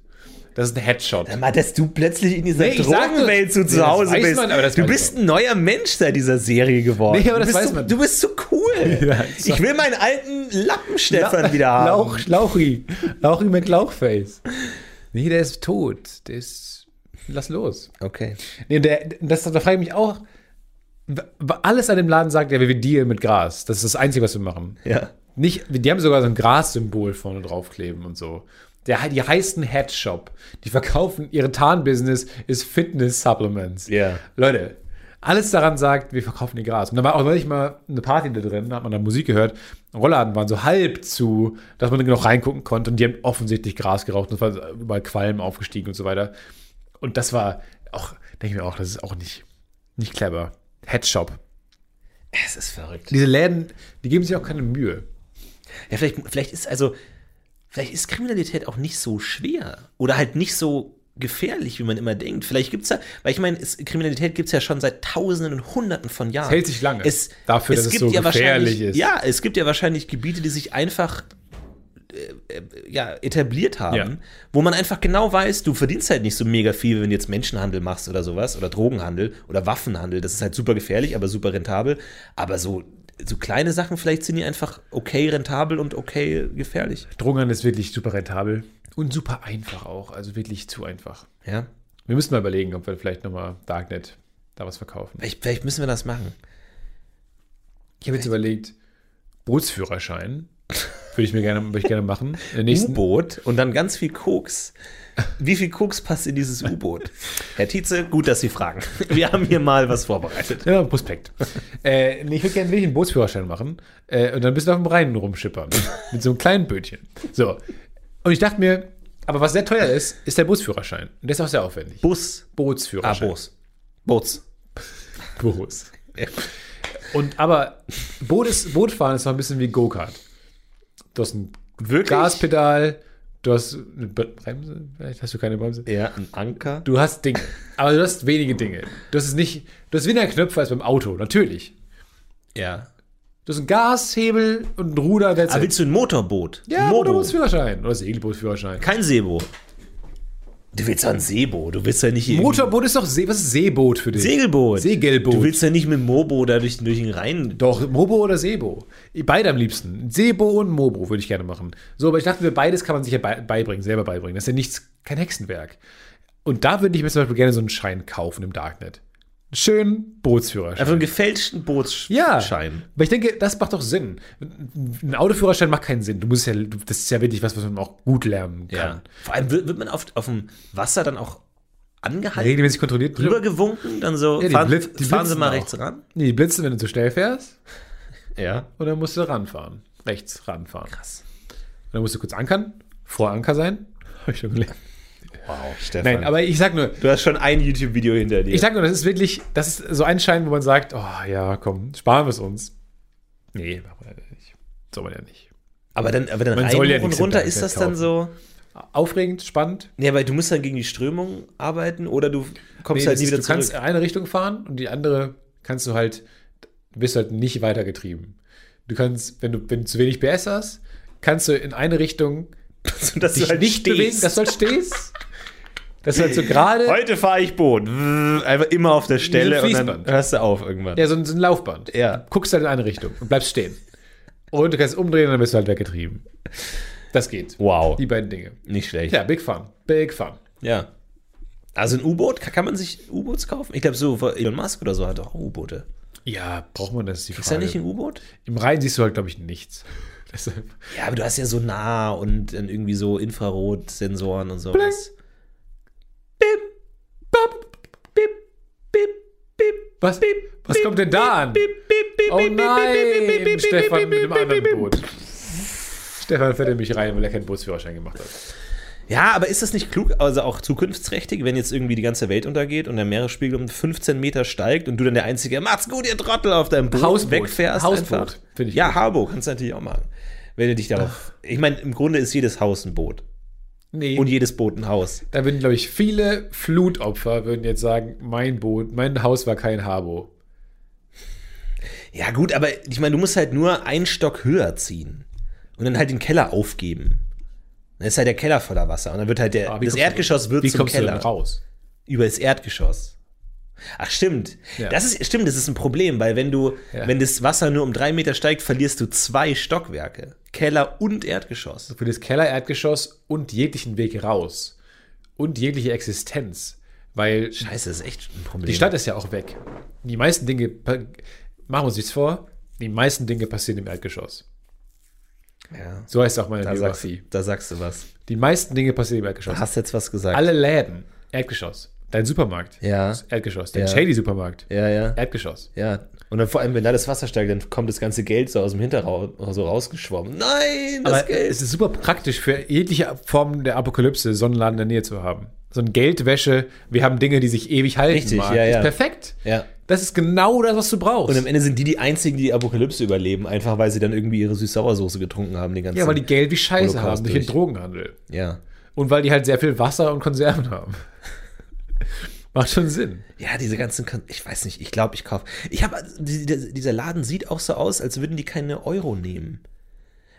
S1: Das ist ein Headshot.
S2: Mal, dass du plötzlich in dieser
S1: Nee, ich sag
S2: Drogenwelt
S1: das-
S2: so
S1: Nee,
S2: zu
S1: das
S2: Hause
S1: weiß
S2: bist.
S1: man, aber das
S2: du
S1: weiß
S2: bist ein neuer Mensch seit dieser Serie geworden.
S1: Nee, aber das
S2: du bist
S1: weiß
S2: so,
S1: man.
S2: Du bist so cool.
S1: Ja, ich sag-
S2: ich will meinen alten Lappen-Stefan wieder haben.
S1: Lauch, Lauchi. Lauchi mit Lauchface. Nee, der ist tot. Der ist. Lass los.
S2: Okay.
S1: Nee, der, das, da frage ich mich auch. w- w- Alles an dem Laden sagt, ja, wir dealen mit Gras. Das ist das Einzige, was wir machen.
S2: Ja.
S1: Nicht, die haben sogar so ein Gras-Symbol vorne draufkleben und so. Der, die heißen Headshop. Die verkaufen, ihre Tarnbusiness ist Fitness-Supplements.
S2: Ja.
S1: Leute, alles daran sagt, wir verkaufen ihr Gras. Und da war auch neulich mal eine Party da drin, da hat man da Musik gehört. Rollladen waren so halb zu, dass man noch reingucken konnte. Und die haben offensichtlich Gras geraucht. Und es war überall Qualm aufgestiegen und so weiter. Und das war auch, denke ich mir auch, das ist auch nicht, nicht clever. Headshop.
S2: Es ist verrückt.
S1: Diese Läden, die geben sich auch keine Mühe.
S2: Ja, vielleicht, vielleicht ist also, vielleicht ist Kriminalität auch nicht so schwer oder halt nicht so gefährlich, wie man immer denkt. Vielleicht gibt es ja, weil ich meine, es, Kriminalität gibt es ja schon seit Tausenden und Hunderten von Jahren.
S1: hält sich lange.
S2: Es,
S1: Dafür,
S2: es
S1: dass es
S2: gibt
S1: so
S2: ja
S1: gefährlich
S2: wahrscheinlich-
S1: ist.
S2: Ja, es gibt ja wahrscheinlich Gebiete, die sich einfach äh, äh, ja, etabliert haben,
S1: Ja.
S2: wo man einfach genau weiß, du verdienst halt nicht so mega viel, wenn du jetzt Menschenhandel machst oder sowas oder Drogenhandel oder Waffenhandel. Das ist halt super gefährlich, aber super rentabel. Aber so, so kleine Sachen, vielleicht sind die einfach okay rentabel und okay gefährlich.
S1: Drogenhandel ist wirklich super rentabel und super einfach auch. Also wirklich zu einfach.
S2: Ja.
S1: Wir müssen mal überlegen, ob wir vielleicht nochmal Darknet da was verkaufen.
S2: Vielleicht, vielleicht müssen wir das machen.
S1: Ich habe jetzt überlegt, Bootsführerschein würde ich mir gerne, würde ich gerne machen. In der nächsten,
S2: U-Boot und dann ganz viel Koks. Wie viel Koks passt in dieses U-Boot? Herr Tietze, gut, dass Sie fragen. Wir haben hier mal was vorbereitet.
S1: ja, Prospekt. äh, nee, ich würde gerne wirklich einen Bootsführerschein machen äh, und dann ein bisschen auf dem Rhein rumschippern. mit so einem kleinen Bötchen. So. Und ich dachte mir, aber was sehr teuer ist, ist der Busführerschein. Und der ist auch sehr aufwendig.
S2: Bus. Ah,
S1: Bootsführerschein.
S2: Bus. Boots.
S1: Bus. Und aber Boot ist, Bootfahren ist noch ein bisschen wie Go-Kart. Du hast ein
S2: Wirklich?
S1: Gaspedal, du hast eine Bre- Bremse, vielleicht hast du keine Bremse.
S2: Ja, ein Anker.
S1: Du hast Dinge, aber du hast wenige Dinge. Du hast es nicht, du hast weniger Knöpfe als beim Auto, natürlich.
S2: ja.
S1: Du hast einen Gashebel und ein Ruder, that's
S2: Aber
S1: it.
S2: willst du ein Motorboot?
S1: Ja,
S2: Motorboot.
S1: Motorbootsführerschein oder Segelbootführerschein.
S2: Kein Sebo. Du willst ja ein Seeboot, du willst ja nicht irgendwie-
S1: Motorboot ist doch See, was ist Seeboot für dich?
S2: Segelboot.
S1: Segelboot.
S2: Du willst ja nicht mit dem Mobo da durch, durch den Rhein.
S1: Doch, Mobo oder Sebo? Beide am liebsten. Sebo und Mobo würde ich gerne machen. So, aber ich dachte mir, beides kann man sich ja bei- beibringen, selber beibringen. Das ist ja nichts, kein Hexenwerk. Und da würde ich mir zum Beispiel gerne so einen Schein kaufen im Darknet. Einen schönen Bootsführerschein.
S2: Einfach einen gefälschten Bootsschein.
S1: ja, weil ich denke, das macht doch Sinn. Ein Autoführerschein macht keinen Sinn. Du musst ja, du- das ist ja wirklich was, was man auch gut lernen kann.
S2: Ja. Vor allem wird, wird man auf, auf dem Wasser dann auch angehalten,
S1: Also Regelmäßig kontrolliert.
S2: rübergewunken, dann so,
S1: Ja, die
S2: fahren,
S1: blitz- die
S2: fahren Sie
S1: blitzen
S2: mal
S1: auch.
S2: rechts ran.
S1: Nee, die blitzen, wenn du zu schnell fährst.
S2: Ja.
S1: Und dann musst du ranfahren. Rechts ranfahren.
S2: Krass.
S1: Und dann musst du kurz ankern. Vor Anker sein. Habe ich schon gelernt.
S2: Wow, Stefan.
S1: Nein, aber ich sag nur,
S2: du hast schon ein YouTube-Video hinter dir.
S1: Ich sag nur, das ist wirklich, das ist so ein Schein, wo man sagt, oh ja, komm, sparen wir es uns. Nee, macht man ja nicht. Soll man ja nicht.
S2: aber dann, aber dann
S1: Man
S2: rein
S1: soll ja
S2: und
S1: nichts
S2: runter
S1: im
S2: ist das
S1: Darknet
S2: dann so.
S1: Aufregend, spannend.
S2: Ja, weil du musst dann gegen die Strömung arbeiten oder du kommst
S1: Nee,
S2: halt
S1: das
S2: nie
S1: ist-
S2: wieder
S1: du kannst
S2: zurück.
S1: in eine Richtung fahren und die andere kannst du halt, du bist halt nicht weitergetrieben. Du kannst, wenn du, wenn du zu wenig PS hast, kannst du in eine Richtung
S2: dass halt
S1: dich nicht bewegen, dass du halt stehst. dass du halt so gerade.
S2: Heute fahre ich Boot. Einfach immer auf der Stelle und dann
S1: Fließband.
S2: hörst du auf irgendwann.
S1: Ja, so ein, so ein Laufband.
S2: Ja.
S1: Du guckst halt in eine Richtung und bleibst stehen. Und du kannst umdrehen und dann bist du halt weggetrieben. Das geht.
S2: Wow.
S1: Die beiden Dinge.
S2: Nicht schlecht.
S1: Ja, big fun. Big fun.
S2: Ja. Also ein U-Boot, kann kann man sich U-Boots kaufen? Ich glaube, so Elon Musk oder so hat auch U-Boote.
S1: Ja, braucht man das? Ist die
S2: Ist da
S1: Frage.
S2: nicht ein U-Boot?
S1: Im Rhein siehst du halt, glaube ich, nichts. halt- Deshalb.
S2: Ja, aber du hast ja so nah und dann irgendwie so Infrarotsensoren und so. Bip, bap, bip, bip, bip,
S1: Was, was kommt denn da an?
S2: bip, bip, bip,
S1: Oh
S2: bip, bip, bip, bip,
S1: nein,
S2: bip,
S1: Stefan
S2: bip,
S1: mit einem
S2: bip, bip, bip,
S1: anderen
S2: bip.
S1: Boot. Stefan fährt in mich rein, weil er keinen Bootsführerschein gemacht hat.
S2: Ja, aber ist das nicht klug, also auch zukunftsträchtig, wenn jetzt irgendwie die ganze Welt untergeht und der Meeresspiegel um 15 Meter steigt und du dann der Einzige, macht's gut, ihr Trottel, auf deinem Boot
S1: Hausboot.
S2: wegfährst
S1: Hausboot,
S2: einfach.
S1: find ich
S2: ja,
S1: gut.
S2: Harbo, kannst du natürlich auch machen. Wenn du dich darauf. Ich meine, im Grunde ist jedes Haus ein Boot.
S1: Nee.
S2: Und
S1: Und
S2: jedes Boot ein Haus.
S1: da würden, glaube ich, viele Flutopfer würden jetzt sagen, mein Boot, mein Haus war kein Habo.
S2: Ja, gut, aber ich meine, du musst halt nur einen Stock höher ziehen und dann halt den Keller aufgeben. Dann ist halt der Keller voller Wasser. Und dann wird halt der.
S1: Aber Ah, wie
S2: das
S1: kommst du-
S2: Erdgeschoss wird
S1: Wie
S2: zum
S1: kommst du
S2: Keller.
S1: denn raus?
S2: über das Erdgeschoss. Ach stimmt.
S1: Ja.
S2: Das ist stimmt, das ist ein Problem, weil wenn du,
S1: Ja.
S2: wenn das Wasser nur um drei Meter steigt, verlierst du zwei Stockwerke. Keller und Erdgeschoss.
S1: Für das Keller, Erdgeschoss und jeglichen Weg raus. Und jegliche Existenz. Weil
S2: Scheiße, das ist echt ein Problem.
S1: Die Stadt ist ja auch weg. Die meisten Dinge, pa- machen wir uns nichts vor, die meisten Dinge passieren im Erdgeschoss.
S2: Ja.
S1: So heißt auch meine
S2: Da, sagst,
S1: Biografie.
S2: da sagst du was.
S1: Die meisten Dinge passieren im
S2: Du
S1: Erdgeschoss.
S2: hast jetzt was gesagt.
S1: Alle Läden, Erdgeschoss. Dein Supermarkt,
S2: Ja.
S1: Erdgeschoss. Dein
S2: Ja.
S1: Shady-Supermarkt,
S2: Ja, ja.
S1: Erdgeschoss.
S2: Ja. Und dann vor allem, wenn da das Wasser steigt, dann kommt das ganze Geld so aus dem Hinterraum so rausgeschwommen. Nein, das
S1: Aber
S2: Geld.
S1: es ist super praktisch für jegliche Form der Apokalypse, Sonnenladen in der Nähe zu haben. So ein Geldwäsche, wir haben Dinge, die sich ewig halten.
S2: Richtig,
S1: Marc.
S2: ja, ja.
S1: Ist perfekt.
S2: Ja.
S1: Das ist genau das, was du brauchst.
S2: Und am Ende sind die die einzigen, die die Apokalypse überleben, einfach weil sie dann irgendwie ihre süß-sauersoße getrunken haben, den ganzen.
S1: ja, weil die Geld wie Scheiße
S2: Holocaust
S1: haben durch den
S2: durch.
S1: Drogenhandel.
S2: ja.
S1: Und weil die halt sehr viel Wasser und Konserven haben. Macht schon Sinn.
S2: Ja, diese ganzen, Kon ich weiß nicht, ich glaube, ich kaufe. Ich habe, die, die, dieser Laden sieht auch so aus, als würden die keine Euro nehmen.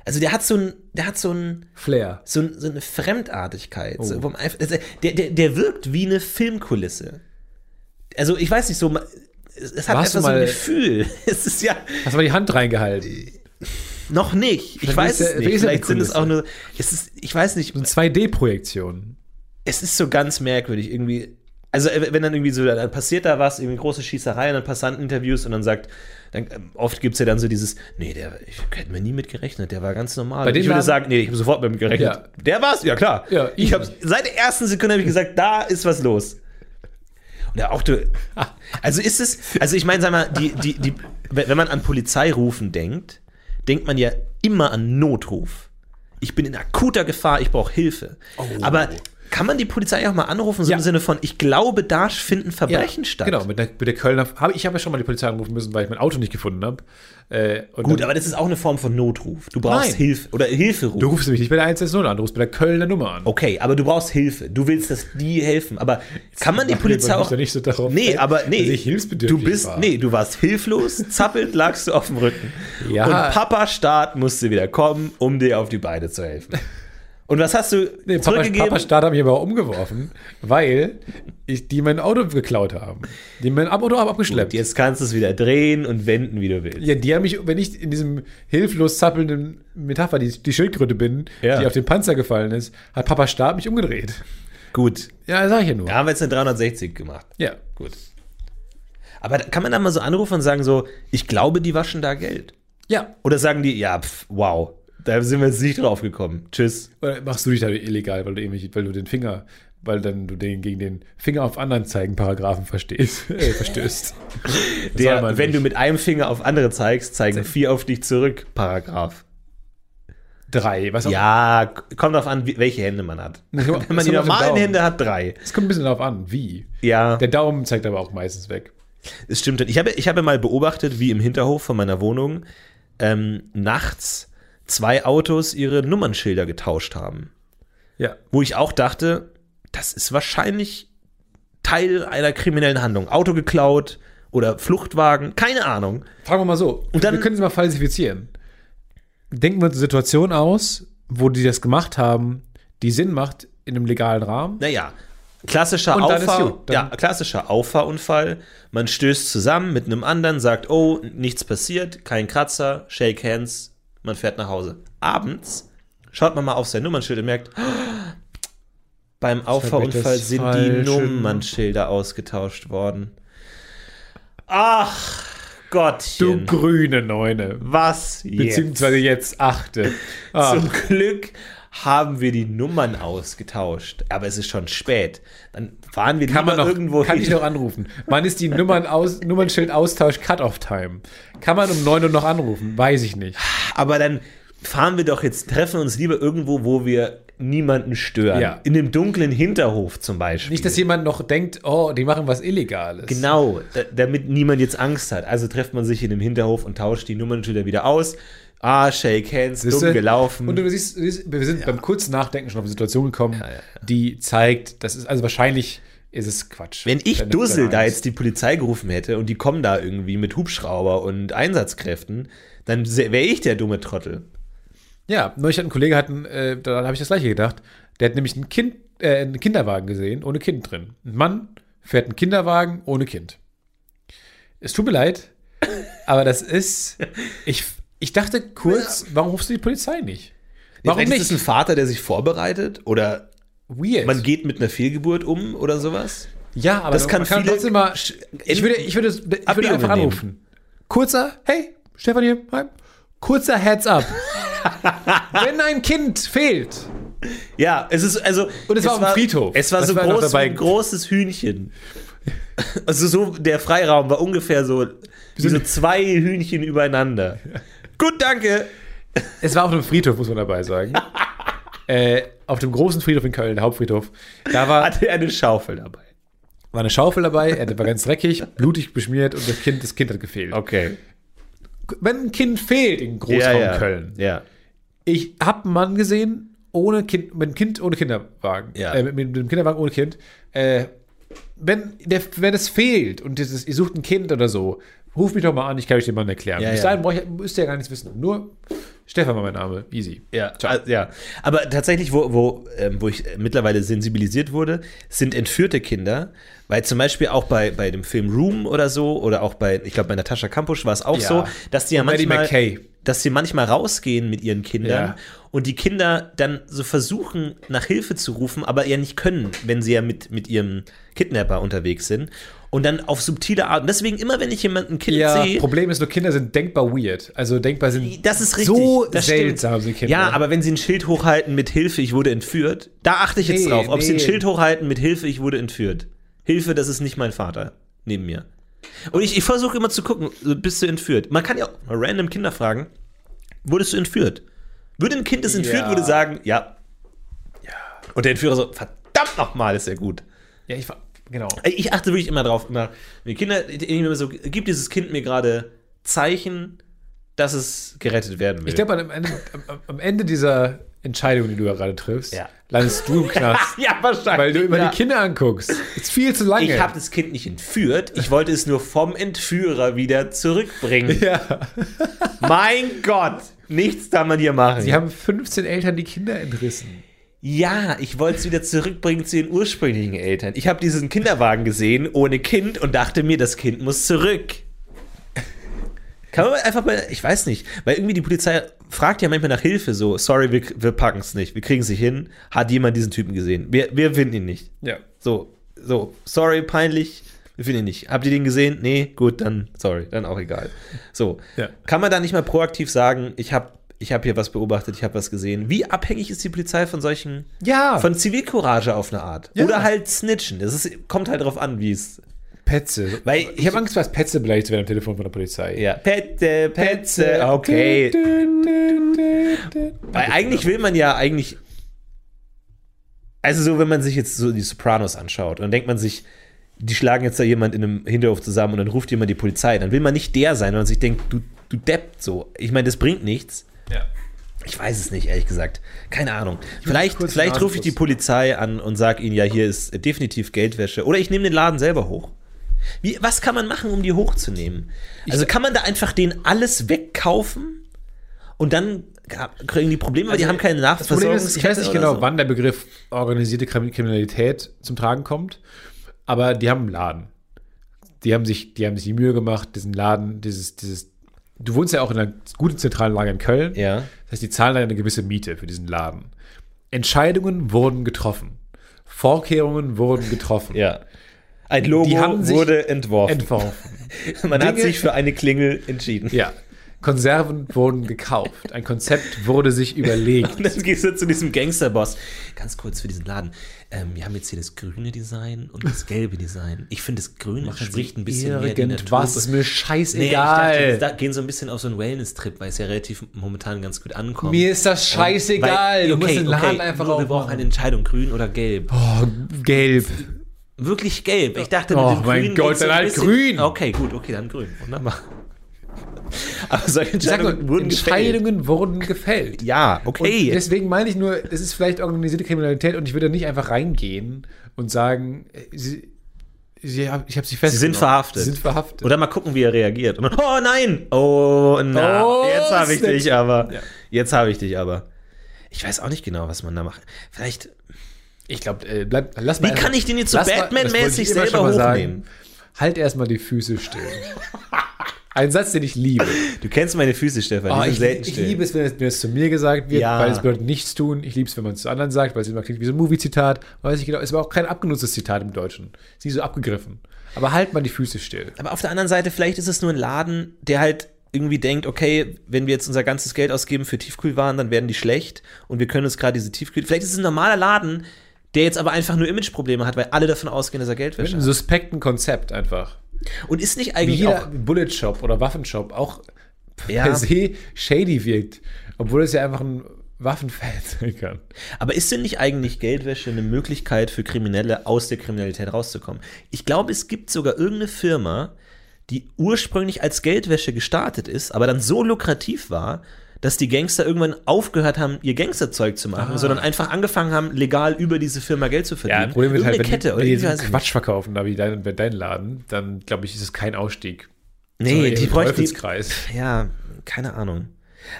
S2: Also der hat so ein, der hat so ein,
S1: Flair.
S2: so, ein, so eine Fremdartigkeit.
S1: Oh.
S2: So, wo man einfach, also der, der, der wirkt wie eine Filmkulisse. Also ich weiß nicht so, ma- es es hat
S1: Warst du
S2: einfach so ein
S1: mal-
S2: Gefühl. Es ist ja
S1: Hast du mal die Hand reingehalten?
S2: noch nicht. Ich
S1: Vielleicht ist
S2: weiß es
S1: der-
S2: nicht.
S1: ist der eine
S2: Vielleicht sind es
S1: Kulisse.
S2: auch nur, es ist, ich weiß nicht.
S1: Eine 2D-Projektion.
S2: es ist so ganz merkwürdig irgendwie. Also äh, wenn dann irgendwie so, dann passiert da was, irgendwie große Schießerei und dann Passanteninterviews und dann sagt, dann ähm, oft gibt es ja dann so dieses, nee, der, ich hätte mir nie mit gerechnet, der war ganz normal.
S1: Bei
S2: Und ich
S1: dem
S2: würde
S1: Laden-
S2: sagen, nee, ich habe sofort mit ihm gerechnet.
S1: Ja.
S2: Der war's, ja klar.
S1: Ja,
S2: ich
S1: easy.
S2: habe seit der ersten Sekunde habe ich gesagt, da ist was los. Und ja, auch du. Also ist es, also ich meine, sag mal, die, die, die, wenn wenn man an Polizeirufen denkt, denkt man ja immer an Notruf. Ich bin in akuter Gefahr, ich brauche Hilfe. Aber kann man die Polizei auch mal anrufen, so
S1: Oh. Ja.
S2: im Sinne von, ich glaube, da finden Verbrechen statt?
S1: Genau, mit der, mit der Kölner. Hab, ich habe ja schon mal die Polizei anrufen müssen, weil ich mein Auto nicht gefunden habe. Äh, und
S2: Gut,
S1: dann,
S2: aber das ist auch eine Form von Notruf. Du brauchst
S1: Nein.
S2: Hilfe oder Hilferuf.
S1: du rufst mich nicht bei der 110 an, du rufst bei der Kölner Nummer an.
S2: okay, aber du brauchst Hilfe. Du willst, dass die helfen. Aber kann man die Polizei
S1: Man muss
S2: auch.
S1: doch nicht so darauf
S2: Nee,
S1: ein,
S2: aber nee.
S1: dass ich hilfsbedürftig
S2: Du bist,
S1: war.
S2: nee, du warst hilflos, zappelnd lagst du auf dem Rücken.
S1: Ja.
S2: Und Papa Staat musste wieder kommen, um dir auf die Beine zu helfen. Und was hast du
S1: Nee, Papa,
S2: zurückgegeben?
S1: Papa Staat hat mich aber umgeworfen, weil ich, die mein Auto geklaut haben. Die mein Ab- Auto ab- abgeschleppt.
S2: Gut, jetzt kannst du es wieder drehen und wenden, wie du willst.
S1: Ja, die haben mich, wenn ich in diesem hilflos zappelnden Metapher die, die Schildkröte bin,
S2: Ja.
S1: die auf den Panzer gefallen ist, hat Papa Staat mich umgedreht.
S2: Gut.
S1: Ja, sag ich ja nur.
S2: Da haben wir jetzt eine 360 gemacht.
S1: Ja.
S2: Gut. Aber da- kann man da mal so anrufen und sagen so, ich glaube, die waschen da Geld.
S1: Ja.
S2: Oder sagen die, ja, pf, wow, da sind wir jetzt nicht drauf gekommen. Tschüss.
S1: Oder machst du dich da illegal, weil du, irgendwelche- weil du den Finger, weil dann du den gegen den Finger auf anderen zeigen Paragraphen verstehst, äh, verstößt. Das soll
S2: Der,
S1: man
S2: wenn du
S1: nicht.
S2: mit einem Finger auf andere zeigst, zeigen vier auf dich zurück, Paragraph.
S1: drei, was auch
S2: Ja, k- kommt drauf an, wie- welche Hände man hat.
S1: Das kommt- das
S2: Wenn man die
S1: kommt auf den
S2: normalen
S1: Daumen.
S2: Hände hat, drei.
S1: Es kommt ein bisschen darauf an, wie.
S2: Ja,
S1: Der Daumen zeigt aber auch meistens weg.
S2: es stimmt. Ich habe, ich habe mal beobachtet, wie im Hinterhof von meiner Wohnung ähm, nachts zwei Autos ihre Nummernschilder getauscht haben.
S1: Ja.
S2: wo ich auch dachte, das ist wahrscheinlich Teil einer kriminellen Handlung. Auto geklaut oder Fluchtwagen, keine Ahnung.
S1: Fragen wir mal so. Und
S2: dann-
S1: wir können sie mal falsifizieren. Denken wir uns eine Situation aus, wo die das gemacht haben, die Sinn macht in einem legalen Rahmen.
S2: Naja, klassischer,
S1: Und dann ist
S2: Auffahr,
S1: gut,
S2: ja,
S1: dann-
S2: klassischer Auffahrunfall. Man stößt zusammen mit einem anderen, sagt, oh, nichts passiert, kein Kratzer, shake hands, man fährt nach Hause. Abends schaut man mal auf sein Nummernschild und merkt, oh, beim Auffahrunfall
S1: das
S2: sind
S1: falsche-
S2: die Nummernschilder ausgetauscht worden. Ach
S1: Du
S2: Gottchen.
S1: grüne Neune.
S2: Was jetzt?
S1: Beziehungsweise jetzt achte. Ah,
S2: Zum Glück haben wir die Nummern ausgetauscht. Aber es ist schon spät. Dann fahren wir
S1: kann man
S2: lieber
S1: noch,
S2: irgendwo
S1: kann
S2: hin.
S1: ich noch anrufen. Wann ist die Nummern aus, Nummernschild Austausch Cut-off Time? Kann man um 9 Uhr noch anrufen? Weiß ich nicht.
S2: Aber dann fahren wir doch jetzt, treffen uns lieber irgendwo, wo wir niemanden stören.
S1: Ja.
S2: In dem dunklen Hinterhof zum Beispiel.
S1: Nicht, dass jemand noch denkt, oh, die machen was Illegales.
S2: Genau, da, damit niemand jetzt Angst hat. Also trifft man sich in dem Hinterhof und tauscht die Nummernschilder wieder aus. Ah, shake hands,
S1: Siehste?
S2: dumm gelaufen.
S1: Und du siehst, siehst wir sind beim kurzen Nachdenken schon auf eine Situation gekommen, die zeigt, das ist also wahrscheinlich ist es Quatsch.
S2: Wenn ich
S1: Dann-
S2: Dussel
S1: dann
S2: da
S1: eins.
S2: jetzt die Polizei gerufen hätte und die kommen da irgendwie mit Hubschrauber und Einsatzkräften, dann wäre ich der dumme Trottel.
S1: Ja, neulich hat ein Kollege hatten, äh, da habe ich das gleiche gedacht. Der hat nämlich ein Kind, äh, einen Kinderwagen gesehen, ohne Kind drin. Ein Mann fährt einen Kinderwagen ohne Kind. Es tut mir leid, aber das ist. Ich, ich dachte kurz, warum rufst du die Polizei nicht? Warum
S2: Vielleicht
S1: nicht?
S2: Ist das ein Vater, der sich vorbereitet? Oder
S1: Weird.
S2: man geht mit einer Fehlgeburt um oder sowas?
S1: ja, aber
S2: das kann
S1: man kann
S2: viele-
S1: trotzdem mal.
S2: sch-
S1: Ich würde, ich würde, ich würde
S2: Abbiegungen
S1: einfach
S2: nehmen.
S1: anrufen. Kurzer, hey, Stefan hier, hi. Kurzer Heads up. Wenn ein Kind fehlt,
S2: Ja, es ist also.
S1: Und es war auf dem Friedhof.
S2: Es war
S1: Das
S2: so
S1: war noch
S2: groß wie
S1: dabei.
S2: ein großes Hühnchen. Also so, der Freiraum war ungefähr so, wie so zwei Hühnchen übereinander. Gut, danke.
S1: Es war auf einem Friedhof, muss man dabei sagen. äh, auf dem großen Friedhof in Köln, der Hauptfriedhof. Da war,
S2: Hatte er eine Schaufel dabei.
S1: war eine Schaufel dabei, er war ganz dreckig, blutig beschmiert und das Kind, das kind hat gefehlt.
S2: Okay.
S1: Wenn ein Kind fehlt in Großraum
S2: ja, ja.
S1: Köln,
S2: Ja.
S1: ich habe einen Mann gesehen, ohne Kind, mit einem Kind ohne Kinderwagen.
S2: Ja.
S1: Äh, mit, mit einem Kinderwagen ohne Kind. Äh, wenn, der, wenn es fehlt und dieses, ihr sucht ein Kind oder so, ruf mich doch mal an, ich kann euch den Mann erklären.
S2: Ja,
S1: Bis
S2: ja.
S1: dahin brauch ich, müsst ihr ja gar nichts wissen. Nur Stefan war mein Name. Easy.
S2: Ja, ah, ja. Aber tatsächlich, wo, wo, ähm, wo ich äh, mittlerweile sensibilisiert wurde, sind entführte Kinder, weil zum Beispiel auch bei, bei dem Film Room oder so, oder auch bei, ich glaube, bei Natascha Kampusch war es auch
S1: Ja.
S2: so, dass die ja
S1: Und Maddie
S2: manchmal,
S1: McKay.
S2: dass sie manchmal rausgehen mit ihren Kindern
S1: Ja.
S2: und die Kinder dann so versuchen, nach Hilfe zu rufen, aber ja nicht können, wenn sie ja mit, mit ihrem Kidnapper unterwegs sind. Und dann auf subtile Art. Und deswegen immer, wenn ich jemanden Kind
S1: Ja,
S2: sehe,
S1: Problem ist nur, Kinder sind denkbar weird. Also denkbar sind
S2: Das ist richtig.
S1: so
S2: das stimmt.
S1: seltsam, sind Kinder.
S2: Ja, aber wenn sie ein Schild hochhalten mit Hilfe, ich wurde entführt, da achte ich jetzt
S1: Nee,
S2: drauf. Ob sie ein
S1: nee.
S2: Schild hochhalten mit Hilfe, ich wurde entführt. Hilfe, das ist nicht mein Vater neben mir. Und ich, ich versuche immer zu gucken, so, bist du entführt? Man kann ja auch mal random Kinder fragen, wurdest du entführt? Würde ein Kind, das entführt
S1: Ja.
S2: wurde, sagen, ja. Und der Entführer so, verdammt nochmal, ist er gut.
S1: ja, ich war, genau.
S2: Ich achte wirklich immer drauf, immer, wenn Kinder, ich denke mir immer so, gibt dieses Kind mir gerade Zeichen, dass es gerettet werden will?
S1: Ich glaube, am Ende, am, am Ende dieser Entscheidung, die du ja gerade triffst,
S2: Ja.
S1: landest du im Knast,
S2: ja, wahrscheinlich.
S1: weil du immer
S2: ja.
S1: die Kinder anguckst. Ist viel zu lange.
S2: Ich habe das Kind nicht entführt. Ich wollte es nur vom Entführer wieder zurückbringen.
S1: ja.
S2: mein Gott. Nichts kann man hier machen.
S1: Die haben 15 Eltern die Kinder entrissen.
S2: Ja, ich wollte es wieder zurückbringen zu den ursprünglichen Eltern. Ich habe diesen Kinderwagen gesehen ohne Kind und dachte mir, das Kind muss zurück. Kann man einfach mal, ich weiß nicht, weil irgendwie die Polizei fragt ja manchmal nach Hilfe so, sorry, wir, wir packen es nicht, wir kriegen es nicht hin, hat jemand diesen Typen gesehen, wir, wir finden ihn nicht.
S1: Ja.
S2: So, so, sorry, peinlich, wir finden ihn nicht. Habt ihr den gesehen? Nee, gut, dann sorry, dann auch egal. So,
S1: Ja.
S2: kann man da nicht mal proaktiv sagen, ich habe ich hab hier was beobachtet, ich habe was gesehen. Wie abhängig ist die Polizei von solchen,
S1: Ja.
S2: von Zivilcourage auf eine Art?
S1: Ah. Ja.
S2: Oder halt snitchen, das ist, kommt halt drauf an, wie es,
S1: Petze.
S2: Weil
S1: ich habe Angst, was Petze beleidigt zu werden am Telefon von der Polizei.
S2: ja, Petze, Petze, okay. Weil eigentlich will man ja eigentlich. Also, so, wenn man sich jetzt so die Sopranos anschaut, dann denkt man sich, die schlagen jetzt da jemand in einem Hinterhof zusammen und dann ruft jemand die Polizei. Dann will man nicht der sein, wenn man sich denkt, du, du deppt so. Ich meine, das bringt nichts.
S1: Ja.
S2: Ich weiß es nicht, ehrlich gesagt. Keine Ahnung. Vielleicht,
S1: kurz
S2: vielleicht
S1: Nasen
S2: rufe ich die
S1: putzen.
S2: Polizei an und sage ihnen, ja, hier ist definitiv Geldwäsche. Oder ich nehme den Laden selber hoch. Wie, was kann man machen, um die hochzunehmen? Also kann man da einfach denen alles wegkaufen und dann ja, kriegen die Probleme, weil die haben keine
S1: Das Problem ist,
S2: Nachversorgung.
S1: ich weiß nicht genau,
S2: so.
S1: wann der Begriff organisierte Krim- Kriminalität zum Tragen kommt, aber die haben einen Laden. Die haben sich, die haben sich die Mühe gemacht, diesen Laden, dieses, dieses. Du wohnst ja auch in einer guten zentralen Lage in Köln.
S2: Ja.
S1: Das heißt, die zahlen da eine gewisse Miete für diesen Laden. Entscheidungen wurden getroffen. Vorkehrungen wurden getroffen.
S2: Ja. Ein Logo
S1: Die haben sich
S2: wurde entworfen.
S1: Entworfen.
S2: man hat
S1: Dinge-
S2: sich für eine Klingel entschieden.
S1: Ja. Konserven wurden gekauft. Ein Konzept wurde sich überlegt.
S2: Und dann gehst du zu diesem Gangsterboss. Ganz kurz für diesen Laden. Ähm, wir haben jetzt hier das grüne Design und das gelbe Design. Ich finde, das grüne verspricht ein bisschen mehr die Natur.
S1: Irgendwas ist mir
S2: Nee, ich dachte,
S1: scheißegal.
S2: die da gehen so ein bisschen auf so einen Wellness-Trip, weil es ja relativ momentan ganz gut ankommt.
S1: Mir ist das scheißegal.
S2: Weil-
S1: du musst
S2: okay,
S1: den Laden
S2: okay,
S1: einfach
S2: nur Wir brauchen
S1: aufmachen.
S2: eine Entscheidung, grün oder gelb.
S1: Oh, gelb.
S2: Wirklich gelb. Ich dachte, mit
S1: Oh
S2: dem
S1: mein
S2: Grün
S1: Gott,
S2: geht's so
S1: dann
S2: ein
S1: halt
S2: bisschen-
S1: grün.
S2: Okay, gut, okay, dann grün. Wunderbar. Aber solche
S1: Sag nur,
S2: Entscheidungen wurden gefällt.
S1: Entscheidungen wurden gefällt.
S2: Ja,
S1: Und
S2: okay.
S1: deswegen meine ich nur, es ist vielleicht organisierte Kriminalität und ich würde nicht einfach reingehen und sagen, äh, sie, sie, hab- ich habe sie festgenommen.
S2: Sie sind verhaftet.
S1: Sie sind verhaftet.
S2: Oder mal gucken, wie er reagiert. Und dann, oh nein! Oh, na,
S1: Oh,
S2: jetzt habe ich
S1: Snitch.
S2: dich aber.
S1: Ja.
S2: Jetzt habe ich dich aber. Ich weiß auch nicht genau, was man da macht. Vielleicht,
S1: ich glaube, äh, bleib, lass
S2: Wie
S1: mal.
S2: kann ich den jetzt so
S1: lass mal-
S2: Batman-mäßig
S1: das wollte ich immer
S2: selber
S1: schon mal sagen.
S2: hochnehmen?
S1: Halt erstmal die Füße still. Ein Satz, den ich liebe.
S2: du kennst meine Füße, Stefan.
S1: Oh,
S2: die sind
S1: ich,
S2: selten
S1: ich
S2: still.
S1: liebe es, wenn es mir das zu mir gesagt wird,
S2: Ja.
S1: weil es bedeutet nichts tun. Ich liebe es, wenn man es zu anderen sagt, weil es immer klingt wie so ein Movie-Zitat. Weiß ich genau, es war auch kein abgenutztes Zitat im Deutschen. Es ist nicht so abgegriffen. Aber halt mal die Füße still.
S2: Aber auf der anderen Seite, vielleicht ist es nur ein Laden, der halt irgendwie denkt, okay, wenn wir jetzt unser ganzes Geld ausgeben für Tiefkühlwaren, dann werden die schlecht und wir können uns gerade diese Tiefkühl. Vielleicht ist es ein normaler Laden, der jetzt aber einfach nur Imageprobleme hat, weil alle davon ausgehen, dass er
S1: Mit
S2: Geldwäsche
S1: einem
S2: hat.
S1: suspekten Konzept einfach.
S2: Und ist nicht
S1: Wie
S2: eigentlich
S1: jeder
S2: auch
S1: Bullet-Shop oder Waffenshop auch
S2: Ja.
S1: per se shady wirkt, obwohl es ja einfach ein Waffenfan sein kann.
S2: Aber ist denn nicht eigentlich Geldwäsche eine Möglichkeit für Kriminelle aus der Kriminalität rauszukommen? Ich glaube, es gibt sogar irgendeine Firma, die ursprünglich als Geldwäsche gestartet ist, aber dann so lukrativ war, dass die Gangster irgendwann aufgehört haben, ihr Gangsterzeug zu
S1: Ah.
S2: machen, sondern einfach angefangen haben, legal über diese Firma Geld zu verdienen.
S1: Problem wird halt,
S2: Irgendeine
S1: wenn
S2: Kette
S1: die,
S2: oder
S1: wenn die so
S2: irgendwie weiß ich
S1: Quatsch verkaufen, da wie dein, bei dein Laden, dann glaube ich, ist es kein Ausstieg.
S2: nicht. Nee,
S1: Sondern
S2: die
S1: eher ein
S2: bräuchten die,
S1: Teufelskreis.
S2: Ja, keine Ahnung.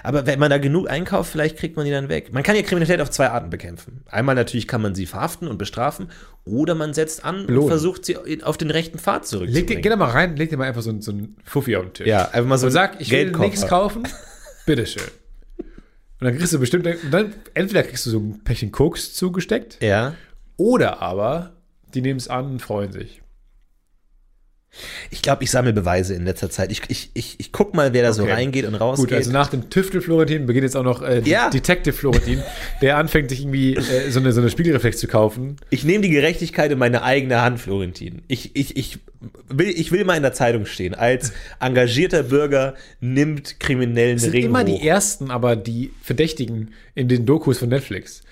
S2: Aber wenn man da genug einkauft, vielleicht kriegt man die dann weg. Man kann ja Kriminalität auf zwei Arten bekämpfen. Einmal natürlich kann man sie verhaften und bestrafen oder man setzt an und
S1: Belohnen.
S2: versucht sie auf den rechten Pfad
S1: Leg dir, geh
S2: zurückzubringen.
S1: da mal rein, leg dir mal einfach so, ein- so einen Fuffi auf den Tisch.
S2: Ja, einfach mal so
S1: Und sag,
S2: einen
S1: ich will
S2: Geldkoffer.
S1: nichts kaufen. Bitteschön. Und dann kriegst du bestimmt, und dann entweder kriegst du so ein Päckchen Koks zugesteckt,
S2: Ja.
S1: oder aber die nehmen es an und freuen sich.
S2: Ich glaube, ich sammle Beweise in letzter Zeit. Ich, ich, ich, ich guck mal, wer da so
S1: Okay.
S2: reingeht und rausgeht.
S1: Gut, also nach dem Tüftel Florentin beginnt jetzt auch noch äh,
S2: Ja.
S1: Detective Florentin, der anfängt, sich irgendwie äh, so, eine, so eine Spiegelreflex zu kaufen.
S2: ich nehme die Gerechtigkeit in meine eigene Hand, Florentin. Ich, ich, ich, will, ich will mal in der Zeitung stehen. Als engagierter Bürger nimmt kriminellen
S1: sind
S2: Ring
S1: immer
S2: hoch.
S1: die ersten, aber die Verdächtigen in den Dokus von Netflix.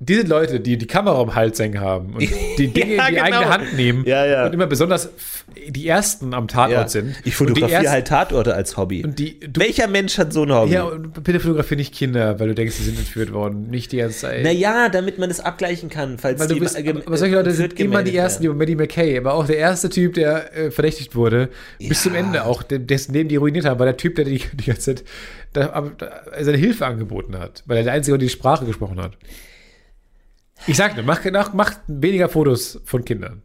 S1: Diese Leute, die die Kamera am Hals hängen haben und die Dinge
S2: Ja,
S1: in die
S2: genau.
S1: eigene Hand nehmen
S2: Ja, ja.
S1: und immer besonders f- die ersten am Tatort
S2: ja.
S1: sind.
S2: Ich
S1: und die
S2: fotografiere
S1: ersten-
S2: halt Tatorte als Hobby.
S1: Und die, du,
S2: Welcher Mensch hat so ein Hobby?
S1: ja, und bitte fotografiere nicht Kinder, weil du denkst, sie sind entführt worden. Nicht die ganze Zeit.
S2: Naja, damit man es abgleichen kann, falls
S1: Weil du
S2: die
S1: bist,
S2: äh,
S1: aber solche Leute
S2: wird
S1: sind immer
S2: gemeldet
S1: die Ersten, die
S2: werden.
S1: über Maddie McKay, aber auch der erste Typ, der äh, verdächtigt wurde, bis
S2: Ja.
S1: zum Ende auch, der- dessen Leben die ruiniert haben, war der Typ, der die, die ganze Zeit da, ab- da, seine Hilfe angeboten hat, weil er der Einzige, war, der die Sprache gesprochen hat. Ich sagte, mach, mach, mach weniger Fotos von Kindern.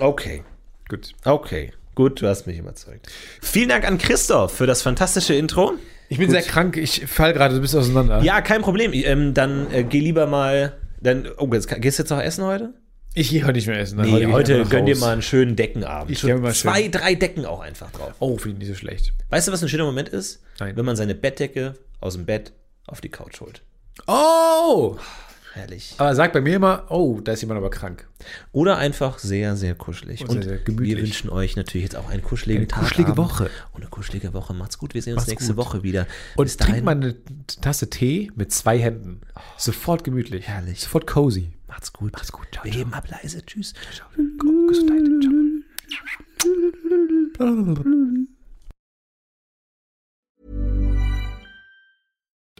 S2: Okay.
S1: Gut.
S2: Okay. Gut, du hast mich überzeugt. Vielen Dank an Christoph für das fantastische Intro.
S1: Ich bin sehr krank, ich fall gerade, du bist auseinander.
S2: Ja, kein Problem. Ich, Ähm, dann äh, geh lieber mal. Dann, oh, jetzt, kann- gehst du jetzt noch essen heute?
S1: Ich gehe heute nicht mehr essen.
S2: Nee, heute, gönn dir mal
S1: einen.
S2: einen schönen Deckenabend.
S1: Ich gönn mir mal
S2: zwei, drei Decken auch einfach drauf.
S1: Oh, finde ich nicht so schlecht.
S2: Weißt du, was ein schöner Moment ist?
S1: Nein.
S2: Wenn man seine Bettdecke aus dem Bett auf die Couch holt.
S1: Oh!
S2: Herrlich.
S1: Aber sag bei mir immer, oh, da ist jemand aber krank.
S2: Oder einfach sehr, sehr kuschelig.
S1: Und sehr, sehr gemütlich.
S2: wir wünschen euch natürlich jetzt auch einen kuscheligen
S1: Eine
S2: Tag.
S1: kuschelige
S2: Abend
S1: Woche.
S2: Und eine kuschelige Woche. Macht's gut. Wir sehen uns
S1: Macht's
S2: nächste
S1: gut.
S2: Woche wieder.
S1: Und
S2: Bis
S1: trink
S2: dahin. Oh.
S1: mal eine Tasse Tee mit zwei Händen. Sofort gemütlich.
S2: Herrlich.
S1: Sofort cozy.
S2: Macht's gut. Macht's gut. wir heben ab leise. Tschüss.
S1: Gesundheit. Ciao.
S2: Hm.